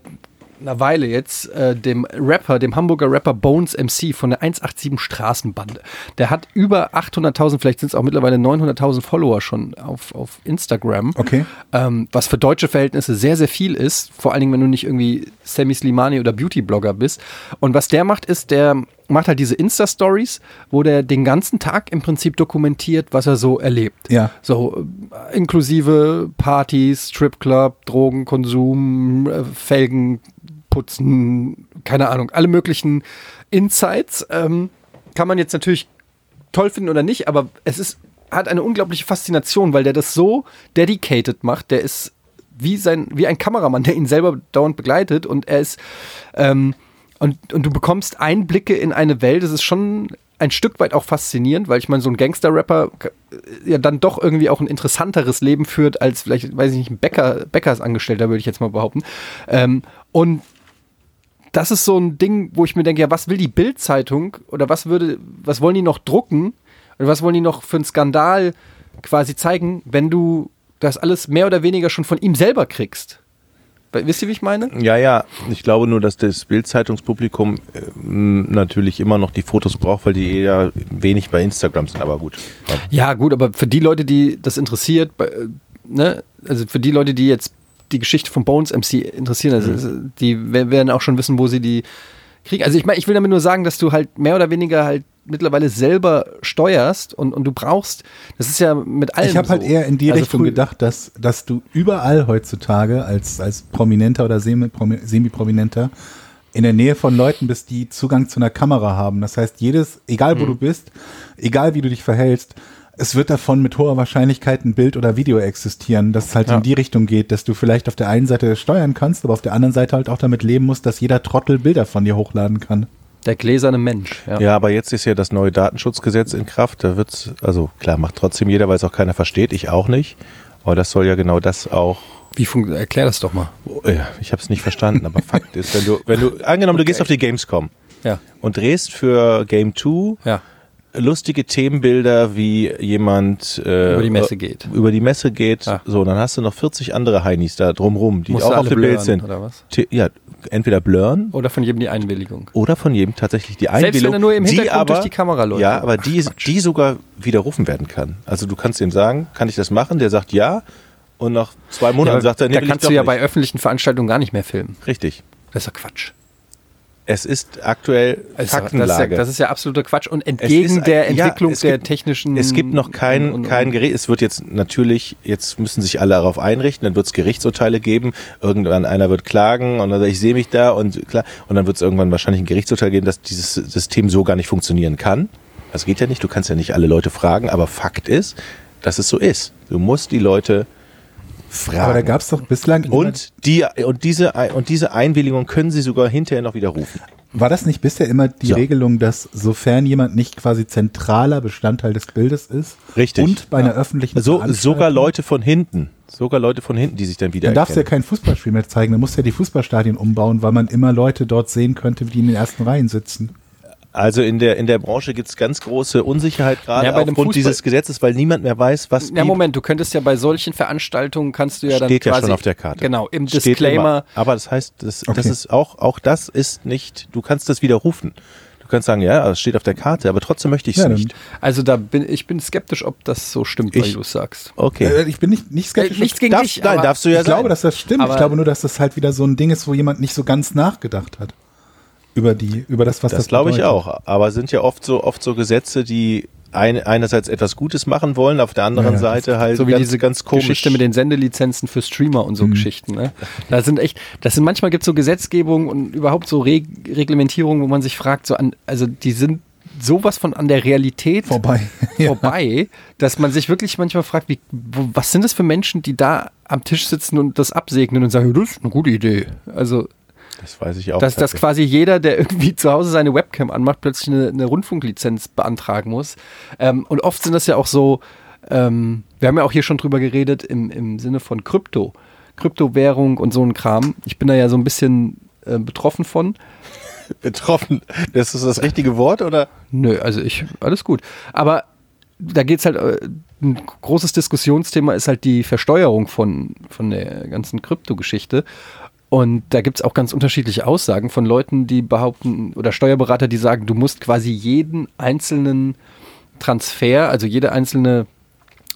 einer Weile jetzt äh, dem Rapper, dem Hamburger Rapper Bones MC von der 187 Straßenbande. Der hat über 800.000, vielleicht sind es auch mittlerweile 900.000 Follower schon auf, auf Instagram Okay. ähm, was für deutsche Verhältnisse sehr, sehr viel ist, vor allen Dingen, wenn du nicht irgendwie Sammy Slimani oder Beauty-Blogger bist. Und was der macht, ist, der macht halt diese Insta-Stories, wo der den ganzen Tag im Prinzip dokumentiert, was er so erlebt. Ja. So äh, inklusive Partys, Stripclub, Drogenkonsum, äh, Felgen putzen, keine Ahnung, alle möglichen Insights. Ähm, kann man jetzt natürlich toll finden oder nicht, aber es ist, hat eine unglaubliche Faszination, weil der das so dedicated macht. Der ist wie, sein, wie ein Kameramann, der ihn selber dauernd begleitet und er ist. Ähm, und, und du bekommst Einblicke in eine Welt. Das ist schon ein Stück weit auch faszinierend, weil ich meine, so ein Gangster-Rapper äh, ja dann doch irgendwie auch ein interessanteres Leben führt, als vielleicht, weiß ich nicht, ein Bäcker, Bäckersangestellter, würde ich jetzt mal behaupten. Ähm, und das ist so ein Ding, wo ich mir denke, ja, was will die Bild-Zeitung oder was würde, was wollen die noch drucken oder was wollen die noch für einen Skandal quasi zeigen, wenn du das alles mehr oder weniger schon von ihm selber kriegst? We- Wisst ihr, wie ich meine? Ja, ja. Ich glaube nur, dass das Bildzeitungspublikum ähm, natürlich immer noch die Fotos braucht, weil die eher wenig bei Instagram sind. Aber gut. Ja, gut, aber für die Leute, die das interessiert, bei, äh, ne, also für die Leute, die jetzt die Geschichte von Bones MC interessieren, also, also die wer- werden auch schon wissen, wo sie die kriegen. Also ich meine, ich will damit nur sagen, dass du halt mehr oder weniger halt mittlerweile selber steuerst und, und du brauchst, das ist ja mit allem Ich habe so. halt eher in die Also Richtung früh- gedacht, dass, dass du überall heutzutage als, als Prominenter oder Semi-Promi- Semi-Prominenter in der Nähe von Leuten bist, die Zugang zu einer Kamera haben. Das heißt, jedes, egal wo du bist, egal wie du dich verhältst, es wird davon mit hoher Wahrscheinlichkeit ein Bild oder Video existieren, dass es halt in die Richtung geht, dass du vielleicht auf der einen Seite das steuern kannst, aber auf der anderen Seite halt auch damit leben musst, dass jeder Trottel Bilder von dir hochladen kann. Der gläserne Mensch, ja. Ja, aber jetzt ist ja das neue Datenschutzgesetz in Kraft. Da wird's, also klar, macht trotzdem jeder, weil es auch keiner versteht. Ich auch nicht. Aber das soll ja genau das auch. Wie funktioniert, erklär das doch mal. Oh, ja, Ich habe es nicht verstanden, aber Fakt ist, wenn du, wenn du, angenommen, du gehst auf die Gamescom Ja, und drehst für Game 2 ja. lustige Themenbilder, wie jemand äh, Über die Messe geht. Über die Messe geht. Ah. So, und dann hast du noch 40 andere Heinis da drumrum, die Musst auch du auf alle dem Bild blurren, sind. oder was? T- Ja, entweder blurren Oder von jedem die Einwilligung. oder von jedem tatsächlich die Selbst Einbildung, wenn er nur im die Hintergrund aber, durch die Kamera läuft. Ja, aber die, die sogar widerrufen werden kann. Also du kannst ihm sagen, kann ich das machen? Der sagt ja und nach zwei Monaten sagt er, nee, da will kannst ich du ja doch bei öffentlichen Veranstaltungen gar nicht mehr filmen. nicht. Richtig. Das ist ja Quatsch. Es ist aktuell Also, Das ist ja- Das ist, ja, Faktenlage. das ist ja absoluter Quatsch und Es entgegen ist- der ja, Entwicklung es der gibt- technischen. Es gibt noch und- kein, und- kein Gerät. Es wird jetzt natürlich, jetzt müssen sich alle darauf einrichten, dann wird es Gerichtsurteile geben, irgendwann einer wird klagen und dann sagt, ich sehe mich da und klar, und dann wird es irgendwann wahrscheinlich ein Gerichtsurteil geben, dass dieses System so gar nicht funktionieren kann. Das geht ja nicht, du kannst ja nicht alle Leute fragen, aber Fakt ist, dass es so ist. Du musst die Leute fragen. Aber da gab es doch bislang und die und diese und diese Einwilligung können sie sogar hinterher noch widerrufen. War das nicht bisher immer die Ja. Regelung, dass sofern jemand nicht quasi zentraler Bestandteil des Bildes ist Richtig. und bei einer öffentlichen So, Veranstaltung, sogar Leute von hinten, sogar Leute von hinten, die sich dann wieder dann darfst du ja kein Fußballspiel mehr zeigen, dann musst du ja die Fußballstadien umbauen, weil man immer Leute dort sehen könnte, die in den ersten Reihen sitzen. Also in der, in der Branche gibt's ganz große Unsicherheit gerade Ja, bei dem aufgrund Fußball- dieses Gesetzes, weil niemand mehr weiß, was Ja, wie- Moment, du könntest ja bei solchen Veranstaltungen kannst du ja dann steht ja quasi, schon auf der Karte. Genau, im Steht Disclaimer. immer. Aber das heißt, das, das Okay. ist auch, auch das ist nicht, du kannst das widerrufen. Du kannst sagen, ja, es steht auf der Karte, aber trotzdem möchte ich es Ja, dann- nicht. Also da bin ich bin skeptisch, ob das so stimmt, weil Ich- du es sagst. Okay. Äh, Ich bin nicht, nicht skeptisch. Nichts gegen Darf, dich, nein, aber darfst du ich ja sein. glaube, dass das stimmt. Aber- Ich glaube nur, dass das halt wieder so ein Ding ist, wo jemand nicht so ganz nachgedacht hat über die, über das, was das, Das glaube ich bedeutet. auch. Aber sind ja oft so, oft so Gesetze, die ein, einerseits etwas Gutes machen wollen, auf der anderen Ja, ja, das- Seite halt So wie ganz, diese ganz komisch. Hm. Geschichte mit den Sendelizenzen für Streamer und so Geschichten. Ne? Da sind echt, das sind manchmal gibt es so Gesetzgebungen und überhaupt so Reg Reglementierungen, wo man sich fragt, so an, also die sind sowas von an der Realität Vorbei. Ja. vorbei, dass man sich wirklich manchmal fragt, wie, wo, was sind das für Menschen, die da am Tisch sitzen und das absegnen und sagen, "Ja, das ist eine gute Idee. Also das weiß ich auch. dass, dass tatsächlich. quasi jeder, der irgendwie zu Hause seine Webcam anmacht, plötzlich eine, eine Rundfunklizenz beantragen muss. Ähm, und oft sind das ja auch so, ähm, wir haben ja auch hier schon drüber geredet, im, im Sinne von Krypto, Kryptowährung und so ein Kram. Ich bin da ja so ein bisschen äh, betroffen von. betroffen. Das ist das richtige Wort oder? Nö, also ich, alles gut. Aber da geht's halt, äh, ein großes Diskussionsthema ist halt die Versteuerung von, von der ganzen Kryptogeschichte. Und da gibt's auch ganz unterschiedliche Aussagen von Leuten, die behaupten, oder Steuerberater, die sagen, du musst quasi jeden einzelnen Transfer, also jede einzelne,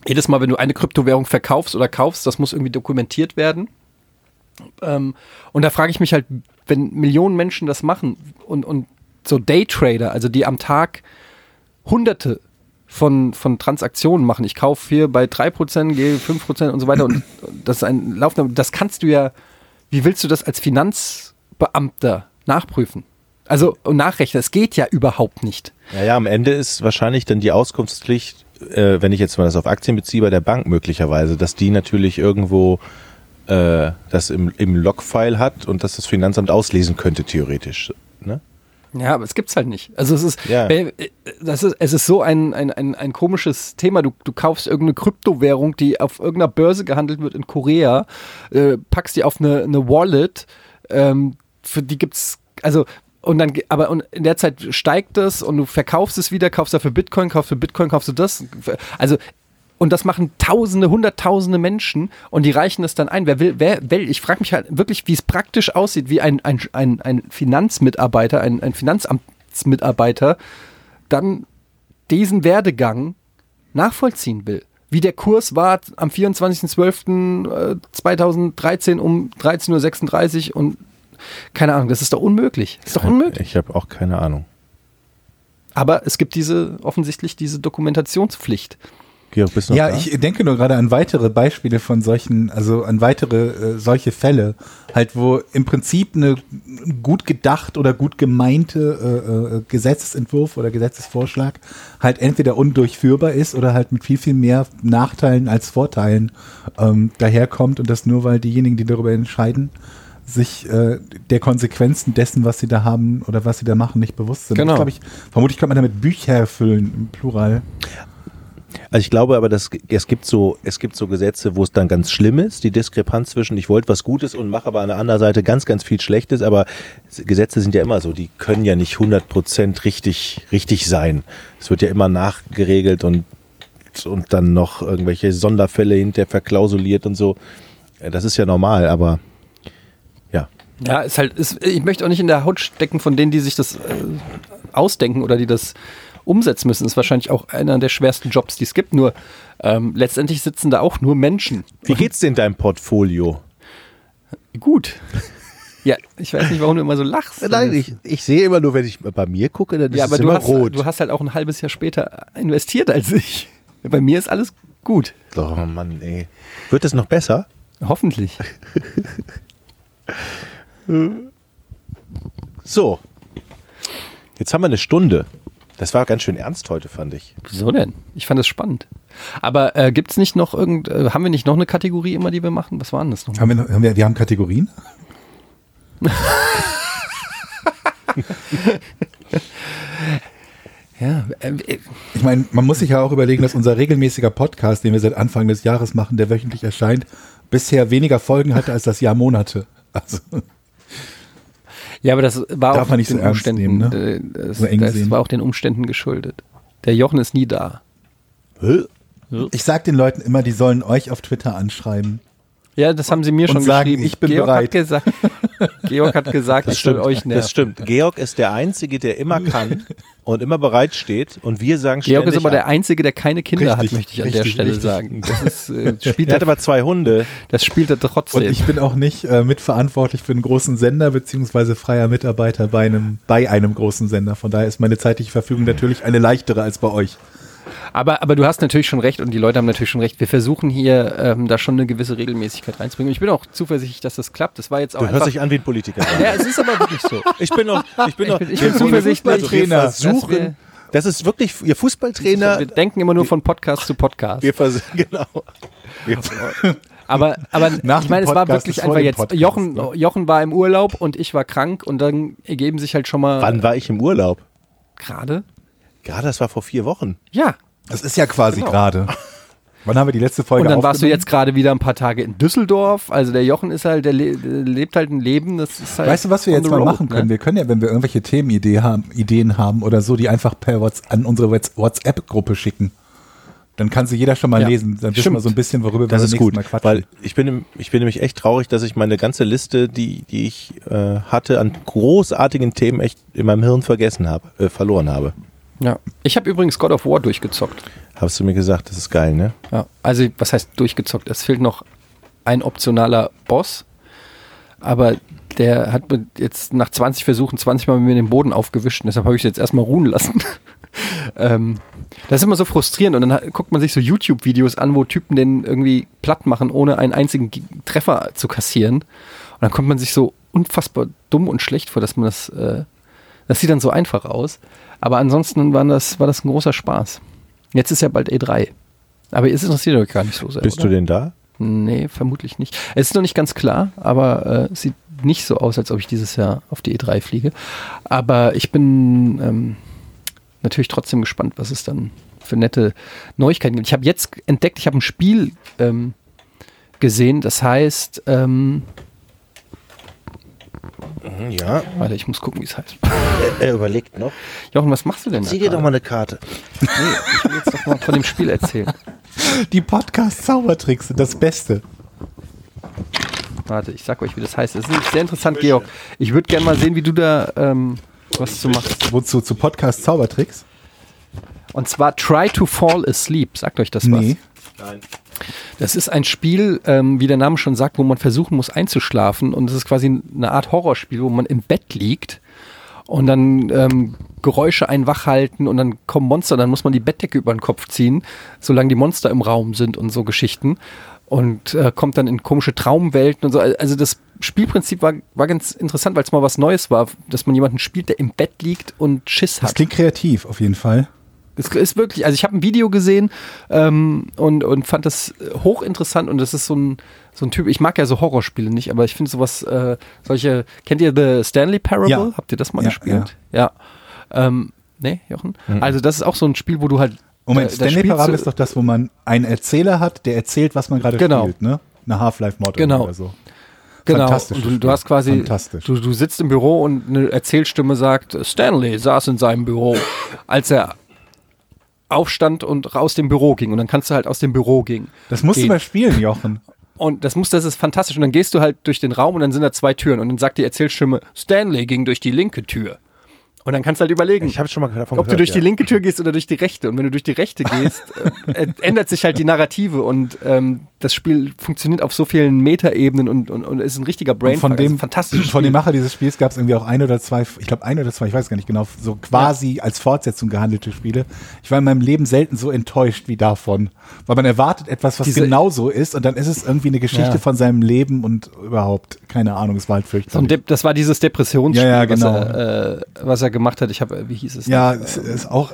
jedes Mal, wenn du eine Kryptowährung verkaufst oder kaufst, das muss irgendwie dokumentiert werden. Ähm, und da frage ich mich halt, wenn Millionen Menschen das machen und, und so Daytrader, also die am Tag hunderte von, von Transaktionen machen. Ich kaufe hier bei 3%, gehe 5% und so weiter und das ist ein laufender, das kannst du ja, wie willst du das als Finanzbeamter nachprüfen? Also und nachrechnen, das geht ja überhaupt nicht. Naja, am Ende ist wahrscheinlich dann die Auskunftspflicht, äh, wenn ich jetzt mal das auf Aktien beziehe, bei der Bank möglicherweise, dass die natürlich irgendwo äh, das im, im Logfile hat und dass das Finanzamt auslesen könnte, theoretisch. Ne? Ja, aber es gibt's halt nicht. Also es ist, Ja. äh, das ist es ist so ein, ein, ein, ein komisches Thema. Du, du kaufst irgendeine Kryptowährung, die auf irgendeiner Börse gehandelt wird in Korea, äh, packst die auf eine, eine Wallet, ähm, für die gibt's also und dann ge- aber und in der Zeit steigt das und du verkaufst es wieder, kaufst dafür Bitcoin, kaufst für Bitcoin, kaufst du das. Also und das machen Tausende, Hunderttausende Menschen und die reichen das dann ein. Wer will, wer will? Ich frage mich halt wirklich, wie es praktisch aussieht, wie ein, ein, ein, ein Finanzmitarbeiter, ein, ein Finanzamtsmitarbeiter dann diesen Werdegang nachvollziehen will. Wie der Kurs war am 24.12.2013 um 13.36 Uhr und keine Ahnung, das ist doch unmöglich. Das ist doch unmöglich. Ich habe auch keine Ahnung. Aber es gibt diese, offensichtlich diese Dokumentationspflicht. Georg, bist du noch Ja, da? ich denke nur gerade an weitere Beispiele von solchen, also an weitere äh, solche Fälle, halt wo im Prinzip eine gut gedacht oder gut gemeinte äh, äh, Gesetzesentwurf oder Gesetzesvorschlag halt entweder undurchführbar ist oder halt mit viel, viel mehr Nachteilen als Vorteilen ähm, daherkommt und das nur, weil diejenigen, die darüber entscheiden, sich äh, der Konsequenzen dessen, was sie da haben oder was sie da machen, nicht bewusst sind. Genau. Das, glaub ich, vermutlich könnte man damit Bücher füllen im Plural. Also ich glaube aber, dass es gibt so, es gibt so Gesetze, wo es dann ganz schlimm ist, die Diskrepanz zwischen ich wollte was Gutes und mache aber an der anderen Seite ganz, ganz viel Schlechtes, aber Gesetze sind ja immer so, die können ja nicht 100% richtig, richtig sein. Es wird ja immer nachgeregelt und, und dann noch irgendwelche Sonderfälle hinter verklausuliert und so. Ja, Das ist ja normal, aber ja. Ja, ist halt, ist, ich möchte auch nicht in der Haut stecken von denen, die sich das äh, ausdenken oder die das umsetzen müssen. Ist wahrscheinlich auch einer der schwersten Jobs, die es gibt. Nur ähm, letztendlich sitzen da auch nur Menschen. Wie geht's denn deinem Portfolio? Gut. Ja, ich weiß nicht, warum du immer so lachst. Nein, ich, ich sehe immer nur, wenn ich bei mir gucke, dann ist ja, aber es du immer hast, rot. du hast halt auch ein halbes Jahr später investiert als ich. Bei mir ist alles gut. oh Mann, ey. Wird es noch besser? Hoffentlich. So. Jetzt haben wir eine Stunde. Das war ganz schön ernst heute, fand ich. Wieso denn? Ich fand es spannend. Aber äh, gibt's nicht noch irgend, äh, haben wir nicht noch eine Kategorie immer, die wir machen? Was war denn das noch? Haben wir, noch- haben wir, wir haben Kategorien? Ja, äh, äh, Ich meine, man muss sich ja auch überlegen, dass unser regelmäßiger Podcast, den wir seit Anfang des Jahres machen, der wöchentlich erscheint, bisher weniger Folgen hatte als das Jahr Monate. Also, ja aber das war Darf auch man nicht den so ernst Umständen, nehmen, äh, ne? das, So eng das sehen. war auch den Umständen geschuldet. Der Jochen ist nie da. Hä? ich sag den Leuten immer, die sollen euch auf Twitter anschreiben. Ja, das haben sie mir Und schon sagen, geschrieben. ich bin Georg bereit. Hat gesagt, Georg hat gesagt, ich soll euch nerven. das stimmt. Georg ist der Einzige, der immer kann und immer bereit steht. Und wir sagen Georg ständig ist aber der ab. Einzige, der keine Kinder hat, Richtig, möchte ich an der richtig, Stelle richtig. sagen. Das, ist, äh, spielt Er hat er, aber zwei Hunde. das spielt er Und trotzdem. ich bin auch nicht äh, mitverantwortlich für einen großen Sender beziehungsweise freier Mitarbeiter bei einem, bei einem großen Sender. Von daher ist meine zeitliche Verfügung natürlich eine leichtere als bei euch. Aber, aber du hast natürlich schon recht und die Leute haben natürlich schon recht. Wir versuchen hier ähm, da schon eine gewisse Regelmäßigkeit reinzubringen. Und ich bin auch zuversichtlich, dass das klappt. Das war jetzt auch Du hörst einfach. dich an wie ein Politiker. ja, es ist aber wirklich so. Ich bin noch, ich bin noch, bin- ich wir- bin wir- zuversichtlich, also wir Trainer, dass wir- versuchen, das ist wirklich, ihr Fußballtrainer, Wir denken immer nur von Podcast zu Podcast. wir versuchen, genau. Wir, Aber, aber Nach ich meine, dem es war Podcast wirklich ist vor einfach dem jetzt. Podcast, Jochen, ne? Jochen war im Urlaub und ich war krank und dann ergeben sich halt schon mal wann war ich im Urlaub? gerade. Gerade, das war vor vier Wochen. Ja. Das ist ja quasi gerade. Wann haben wir die letzte Folge Genau. Und dann warst du aufgenommen? jetzt gerade wieder ein paar Tage in Düsseldorf. Also der Jochen ist halt, der, le der lebt halt ein Leben. Das ist halt Weißt du, was wir on jetzt the mal road, machen können? Ne? Wir können ja, wenn wir irgendwelche Themenideen haben, Ideen haben oder so, die einfach per Whats an unsere Whats- WhatsApp-Gruppe schicken. Dann kann sie jeder schon mal Ja, lesen. Dann wissen stimmt. wir so ein bisschen, worüber Das wir ist beim nächsten gut, Mal quatschen. weil ich bin, ich bin nämlich echt traurig, dass ich meine ganze Liste, die, die ich äh, hatte, an großartigen Themen echt in meinem Hirn vergessen habe, äh, verloren habe. Ja. Ich habe übrigens God of War durchgezockt. Hast du mir gesagt, das ist geil, ne? Ja, also was heißt durchgezockt? Es fehlt noch ein optionaler Boss, aber der hat mir jetzt nach 20 Versuchen 20 Mal mit mir den Boden aufgewischt und deshalb habe ich es jetzt erstmal ruhen lassen. ähm, das ist immer so frustrierend und dann hat- guckt man sich so YouTube-Videos an, wo Typen den irgendwie platt machen, ohne einen einzigen G- Treffer zu kassieren. Und dann kommt man sich so unfassbar dumm und schlecht vor, dass man das, äh, das sieht dann so einfach aus. Aber ansonsten waren das, war das ein großer Spaß. Jetzt ist ja bald E3. Aber es interessiert euch gar nicht so sehr. Bist oder? du denn da? Nee, vermutlich nicht. Es ist noch nicht ganz klar, aber äh, es sieht nicht so aus, als ob ich dieses Jahr auf die E3 fliege. Aber ich bin ähm, natürlich trotzdem gespannt, was es dann für nette Neuigkeiten gibt. Ich habe jetzt entdeckt, ich habe ein Spiel ähm, gesehen, das heißt, ähm, Hm, Ja, warte, ich muss gucken, wie es heißt. er überlegt noch. Jochen, was machst du denn da gerade? eine Karte. Ich will jetzt doch mal von dem Spiel erzählen. die Podcast-Zaubertricks sind das Beste. Warte, ich sag euch, wie das heißt. Es ist sehr interessant, Georg. Ich würde gerne mal sehen, wie du da ähm, was zu machst. Wozu? Zu Podcast-Zaubertricks? Und zwar Try to Fall Asleep. Sagt euch das Nee. Nein. was? Das ist ein Spiel, ähm, wie der Name schon sagt, wo man versuchen muss einzuschlafen. Und es ist quasi eine Art Horrorspiel, wo man im Bett liegt und dann ähm, Geräusche einen wachhalten und dann kommen Monster. Dann muss man die Bettdecke über den Kopf ziehen, solange die Monster im Raum sind und so Geschichten. Und äh, kommt dann in komische Traumwelten und so. Also das Spielprinzip war, war ganz interessant, weil es mal was Neues war, dass man jemanden spielt, der im Bett liegt und Schiss hat. Das klingt kreativ, auf jeden Fall. Es ist wirklich, also ich habe ein Video gesehen ähm, und, und fand das hochinteressant und das ist so ein, so ein Typ, ich mag ja so Horrorspiele nicht, aber ich finde sowas, äh, solche, kennt ihr The Stanley Parable? Ja. Habt ihr das mal Ja, Mhm. gespielt? Ja. Ähm, nee, Jochen? Also das ist auch so ein Spiel, wo du halt Moment, da- da Stanley spielst du- Parabel ist doch das, wo man einen Erzähler hat, der erzählt, was man gerade Genau. spielt, ne? Eine Half-Life-Mod Genau. oder so. Genau, Fantastisches und du, Spiel. du hast quasi, Fantastisch. du, du sitzt im Büro und eine Erzählstimme sagt, Stanley saß in seinem Büro, als er aufstand und aus dem Büro ging. Und dann kannst du halt aus dem Büro gehen. Das musst gehen. du mal spielen, Jochen. Und das muss, das ist fantastisch. Und dann gehst du halt durch den Raum und dann sind da zwei Türen. Und dann sagt die Erzählstimme, Stanley ging durch die linke Tür. Und dann kannst du halt überlegen, Ich habe schon mal davon ob du gehört, durch ja. die linke Tür gehst oder durch die rechte. Und wenn du durch die rechte gehst, äh, ändert sich halt die Narrative. Und ähm, das Spiel funktioniert auf so vielen Metaebenen und, und, und ist ein richtiger Brain. von dem, fantastisch. von dem Macher dieses Spiels gab es irgendwie auch ein oder zwei, ich glaube ein oder zwei, ich weiß gar nicht genau, so quasi als Fortsetzung gehandelte Spiele. Ich war in meinem Leben selten so enttäuscht wie davon, weil man erwartet etwas, was Diese- genauso ist und dann ist es irgendwie eine Geschichte Ja. von seinem Leben und überhaupt keine Ahnung, es war halt so ein fürchterlich. Dep- das war dieses Depressionsspiel, Ja, ja, genau. was, er, äh, was er gemacht hat. Ich habe, äh, wie hieß es? Ja, es ist auch,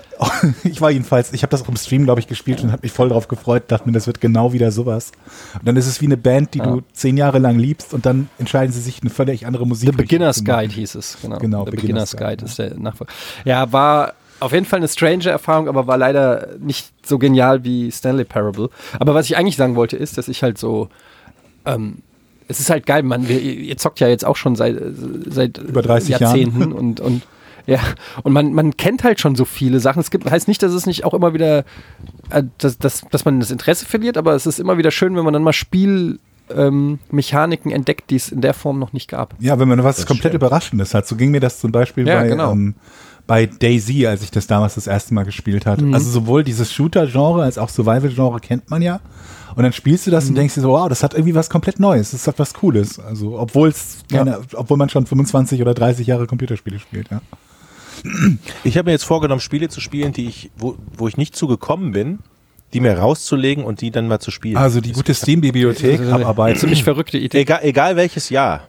ich war jedenfalls, ich habe das auch im Stream, glaube ich, gespielt und habe mich voll drauf gefreut, dachte mir, das wird genau wieder sowas. Und dann ist es wie eine Band, die du zehn Jahre lang liebst und dann entscheiden sie sich eine völlig andere Musik. The Beginner's Guide hieß es, genau. Genau, The Beginner's Beginner's, Guide ist der Nachfolger. Ja, war auf jeden Fall eine strange Erfahrung, aber war leider nicht so genial wie Stanley Parable. Aber was ich eigentlich sagen wollte, ist, dass ich halt so. Ähm, es ist halt geil, man, wir, ihr zockt ja jetzt auch schon seit, seit Über 30 Jahren. Jahrzehnten und. und ja, und man, man kennt halt schon so viele Sachen. Es gibt, heißt nicht, dass es nicht auch immer wieder, äh, dass, dass, dass man das Interesse verliert, aber es ist immer wieder schön, wenn man dann mal Spielmechaniken ähm, Mechaniken entdeckt, die es in der Form noch nicht gab. Ja, wenn man was Das komplett stimmt. Überraschendes hat. So ging mir das zum Beispiel Ja, bei, genau. ähm, bei Daisy, als ich das damals das erste Mal gespielt hatte. Also sowohl dieses Shooter-Genre als auch Survival-Genre kennt man ja. Und dann spielst du das und denkst dir so, wow, das hat irgendwie was komplett Neues, das hat was Cooles. Also, obwohl es, Ja. keine- obwohl man schon 25 oder 30 Jahre Computerspiele spielt, ja. Ich habe mir jetzt vorgenommen, Spiele zu spielen, die ich, wo, wo ich nicht zugekommen bin, die mir rauszulegen und die dann mal zu spielen. Also die gute Steam-Bibliothek abarbeiten. Also ziemlich verrückte Idee. Egal, egal welches Jahr.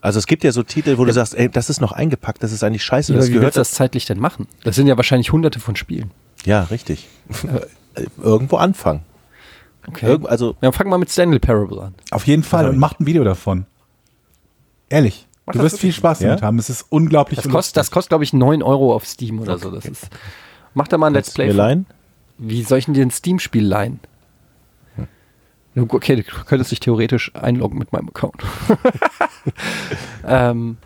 Also es gibt ja so Titel, wo du sagst, ey, das ist noch eingepackt, das ist eigentlich scheiße, das wie willst gehört du das zeitlich denn machen? Das sind ja wahrscheinlich hunderte von Spielen. Ja, richtig. Äh, Irgendwo anfangen. Okay. Irgend- also- ja, fang mal mit Stanley Parable an. Auf jeden Fall und macht ein Video davon. Ehrlich. du das wirst viel Spaß Ja? damit haben. Es ist unglaublich. Das kostet, das kostet glaube ich, 9 Euro auf Steam oder so. Das ist, mach da mal ein Let's Play. Mir von. leihen? Wie soll ich denn dir ein Steam-Spiel leihen? Du- Hm. Okay, du könntest dich theoretisch einloggen mit meinem Account. ähm,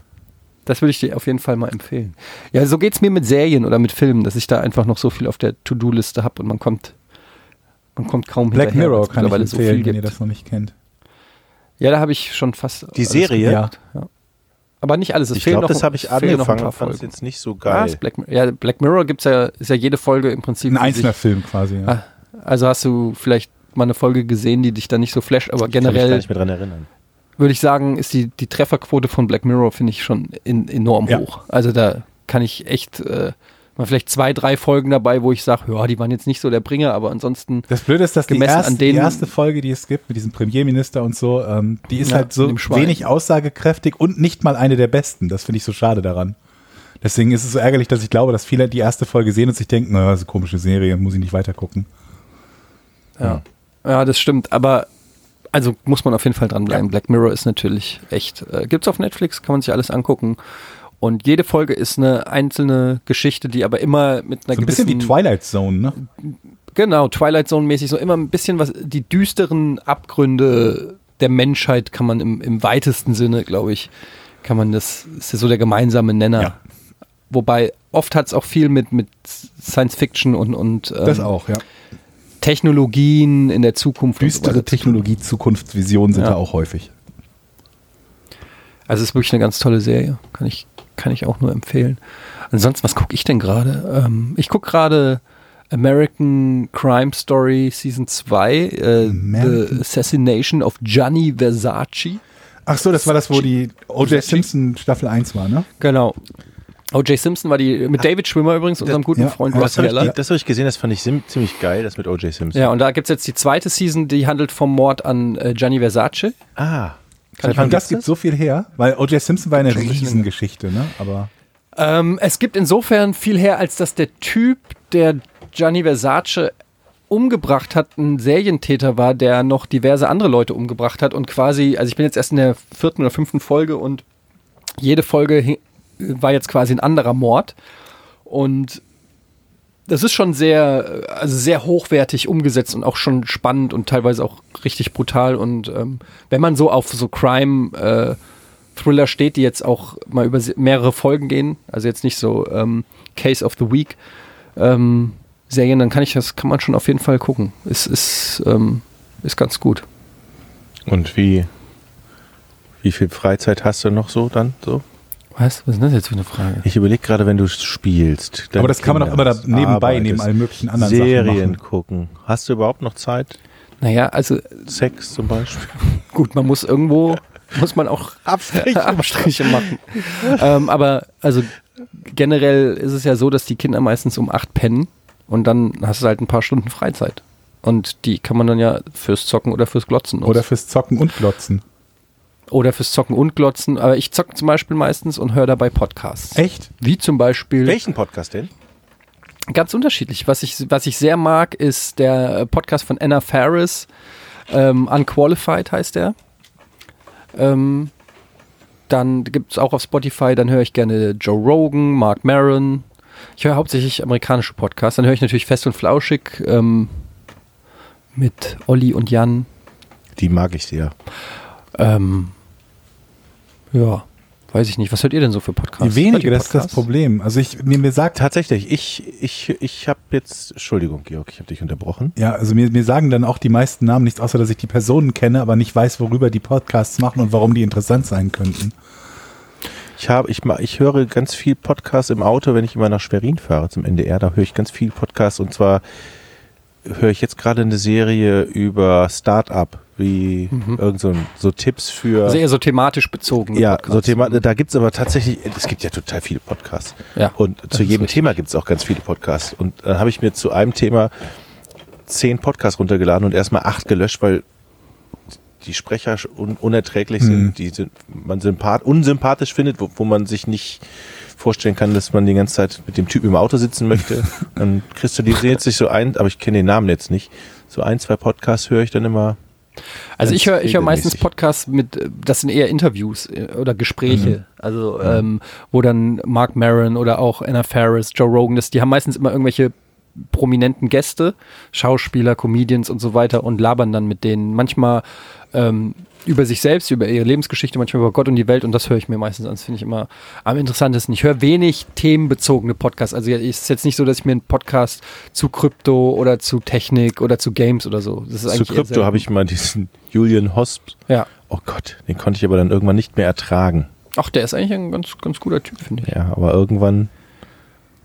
das würde ich dir auf jeden Fall mal empfehlen. Ja, so geht es mir mit Serien oder mit Filmen, dass ich da einfach noch so viel auf der To-Do-Liste habe und man kommt, man kommt kaum Black hinterher, Mirror weil's kann ich mittlerweile empfehlen, wenn ihr gibt. das noch nicht kennt. Ja, da habe ich schon fast. Die alles Serie? geguckt, Ja. Aber nicht alles. Es Ich fehlen glaube, noch- das habe ich es fehlen noch ein angefangen paar und fand es Folgen. jetzt nicht so Was? geil. Black, Mir- ja, Black Mirror gibt's ja, ist ja jede Folge im Prinzip. Ein für sich. einzelner Film quasi. Ja. Ah, Also hast du vielleicht mal eine Folge gesehen, die dich dann nicht so flasht, aber Ich kann mich gar generell nicht mehr dran erinnern. würde ich sagen, ist die, die Trefferquote von Black Mirror, finde ich, schon in, enorm Ja. hoch. Also da kann ich echt äh, mal vielleicht zwei, drei Folgen dabei, wo ich sage, ja, die waren jetzt nicht so der Bringer, aber ansonsten Das Blöde ist, dass die Gemessen erste, an denen- die erste Folge, die es gibt mit diesem Premierminister und so, ähm, die ist Ja, halt so mit dem Schwein. wenig aussagekräftig und nicht mal eine der besten. Das finde ich so schade daran. Deswegen ist es so ärgerlich, dass ich glaube, dass viele die erste Folge sehen und sich denken, naja, so komische Serie, muss ich nicht weitergucken. Ja. ja, das stimmt. Aber also muss man auf jeden Fall dranbleiben. Black Mirror ist natürlich echt. Äh, gibt's auf Netflix, kann man sich alles angucken. Und jede Folge ist eine einzelne Geschichte, die aber immer mit einer So ein gewissen bisschen wie Twilight Zone, ne? Ähm, genau Twilight Zone mäßig so immer ein bisschen was die düsteren Abgründe der Menschheit kann man im, im weitesten Sinne, glaube ich, kann man das ist ja so der gemeinsame Nenner. Ja. Wobei oft hat's auch viel mit mit Science Fiction und und ähm, Das auch, ja. Technologien in der Zukunft. und so Düstere weiter zu tun. Technologie, Zukunftsvisionen sind Ja. da auch häufig. Also es ist wirklich eine ganz tolle Serie. Kann ich, kann ich auch nur empfehlen. Ansonsten, was gucke ich denn gerade? Ähm, ich gucke gerade American Crime Story Season 2, äh, American- The Assassination of Gianni Versace. Ach so, das war das, wo die O.J. Simpson Staffel 1 war, ne? Genau. O.J. Simpson war die, mit David Schwimmer übrigens, unserem guten ja, Freund ja, Das habe ich, Rockefeller. die- das hab ich gesehen, das fand ich sim- ziemlich geil, das mit O.J. Simpson. Äh, Ja, und da gibt es jetzt die zweite Season, die handelt vom Mord an äh, Gianni Versace. Ah. Kann ich Und das gibt's gibt so viel her, weil O.J. Simpson war eine Schon ein bisschen- Riesengeschichte, ne? Aber Ähm, es gibt insofern viel her, als dass der Typ, der Gianni Versace umgebracht hat, ein Serientäter war, der noch diverse andere Leute umgebracht hat und quasi, also ich bin jetzt erst in der vierten oder fünften Folge und jede Folge hi- war jetzt quasi ein anderer Mord und das ist schon sehr, äh, also sehr hochwertig umgesetzt und auch schon spannend und teilweise auch richtig brutal und ähm, wenn man so auf so Crime äh, Thriller steht, die jetzt auch mal über se- mehrere Folgen gehen, also jetzt nicht so ähm, Case of the Week ähm, Serien, dann kann ich das, kann man schon auf jeden Fall gucken. Es ist, ähm, ist ganz gut. Und wie, wie viel Freizeit hast du noch so dann? So? Was? Was ist das jetzt für eine Frage? Ich überlege gerade, wenn du spielst. deine Aber das kann man auch Kinder immer da hast, nebenbei, arbeitest, neben allen möglichen anderen Sachen Serien machen. gucken. Hast du überhaupt noch Zeit? Naja, also Sex zum Beispiel. gut, man muss irgendwo, muss man auch Abstriche Abstriche machen. ähm, aber also generell ist es ja so, dass die Kinder meistens um acht pennen und dann hast du halt ein paar Stunden Freizeit. Und die kann man dann ja fürs Zocken oder fürs Glotzen nutzen. Oder fürs Zocken und Glotzen. oder fürs Zocken und Glotzen. Aber ich zocke zum Beispiel meistens und höre dabei Podcasts. Echt? Wie zum Beispiel. Welchen Podcast denn? Ganz unterschiedlich. Was ich, was ich sehr mag, ist der äh, Podcast von Anna Faris. Ähm, Unqualified heißt der. Ähm, dann gibt es auch auf Spotify, dann höre ich gerne Joe Rogan, Mark Maron. Ich höre hauptsächlich amerikanische Podcasts. Dann höre ich natürlich Fest und Flauschig ähm, mit Olli und Jan. Die mag ich sehr. Ähm, ja, weiß ich nicht. Was hört ihr denn so für Podcasts? Hört Wenige, ihr das ist das Podcasts? Problem. Also ich, mir, mir sagt Tatsächlich, ich, ich, ich habe jetzt, Entschuldigung, Georg, ich habe dich unterbrochen. Ja, also mir, mir sagen dann auch die meisten Namen nichts, außer dass ich die Personen kenne, aber nicht weiß, worüber die Podcasts machen und warum die interessant sein könnten. Ich habe, ich, ma- ich höre ganz viel Podcasts im Auto, wenn ich immer nach Schwerin fahre zum NDR. Da höre ich ganz viel Podcasts und zwar höre ich jetzt gerade eine Serie über Start-up, wie irgend so, ein- so Tipps für. Also eher so thematisch bezogen. ja, so Thema, da gibt's aber tatsächlich, es gibt ja total viele Podcasts. Ja, und das zu ist jedem richtig. Thema gibt's auch ganz viele Podcasts. Und dann habe ich mir zu einem Thema zehn Podcasts runtergeladen und erstmal acht gelöscht, weil die Sprecher un unerträglich Hm. sind, die sind, man sympath unsympathisch findet, wo, wo man sich nicht vorstellen kann, dass man die ganze Zeit mit dem Typ im Auto sitzen möchte. Dann kristallisiert sich so ein, aber ich kenne den Namen jetzt nicht. So ein, zwei Podcasts höre ich dann immer. Also ich Ganz höre ich hör meistens regelmäßig. Podcasts mit, äh, das sind eher Interviews äh, oder Mhm. Gespräche, also ähm, wo dann Mark Maron oder auch Anna Faris, Joe Rogan, das, die haben meistens immer irgendwelche prominenten Gäste, Schauspieler, Comedians und so weiter und labern dann mit denen manchmal ähm, über sich selbst, über ihre Lebensgeschichte, manchmal über Gott und die Welt und das höre ich mir meistens an. Das finde ich immer am interessantesten. Ich höre wenig themenbezogene Podcasts. Also es ist jetzt nicht so, dass ich mir einen Podcast zu Krypto oder zu Technik oder zu Games oder so. Das ist Zu eigentlich eher Krypto selten. habe ich mal diesen Julian Hosp Ja. Oh Gott, den konnte ich aber dann irgendwann nicht mehr ertragen. Ach, der ist eigentlich ein ganz, ganz guter Typ, finde ich. Ja, aber irgendwann.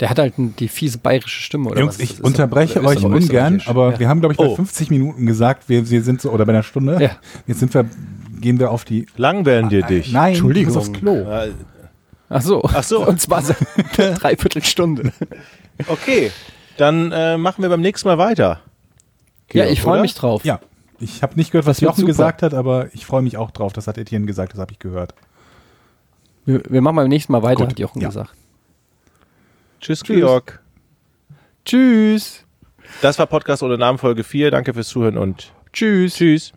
Der hat halt ein- die fiese bayerische Stimme, oder Jungs, was? Das ich ist unterbreche aber- euch ist aber ungern, österreichisch. aber ja. wir haben, glaube ich, bei Oh. 50 Minuten gesagt, wir, wir sind so, oder bei einer Stunde. Ja. Jetzt sind wir, gehen wir auf die. Langweilen Ah, dir dich. Nein, Entschuldigung. du musst aufs Klo. Äh, Ach so. Ach so. Und zwar seit einer Dreiviertelstunde. Okay, dann äh, machen wir beim nächsten Mal weiter. ja, Georg, ich freue oder? mich drauf. Ja, ich habe nicht gehört, was Das wird Jochen super. gesagt hat, aber ich freue mich auch drauf. Das hat Etienne gesagt, das habe ich gehört. Wir, wir machen beim nächsten Mal weiter, Gut, hat Jochen ja. gesagt. Tschüss, Georg. Tschüss. Das war Podcast ohne Namen Folge 4. Danke fürs Zuhören und Tschüss. tschüss.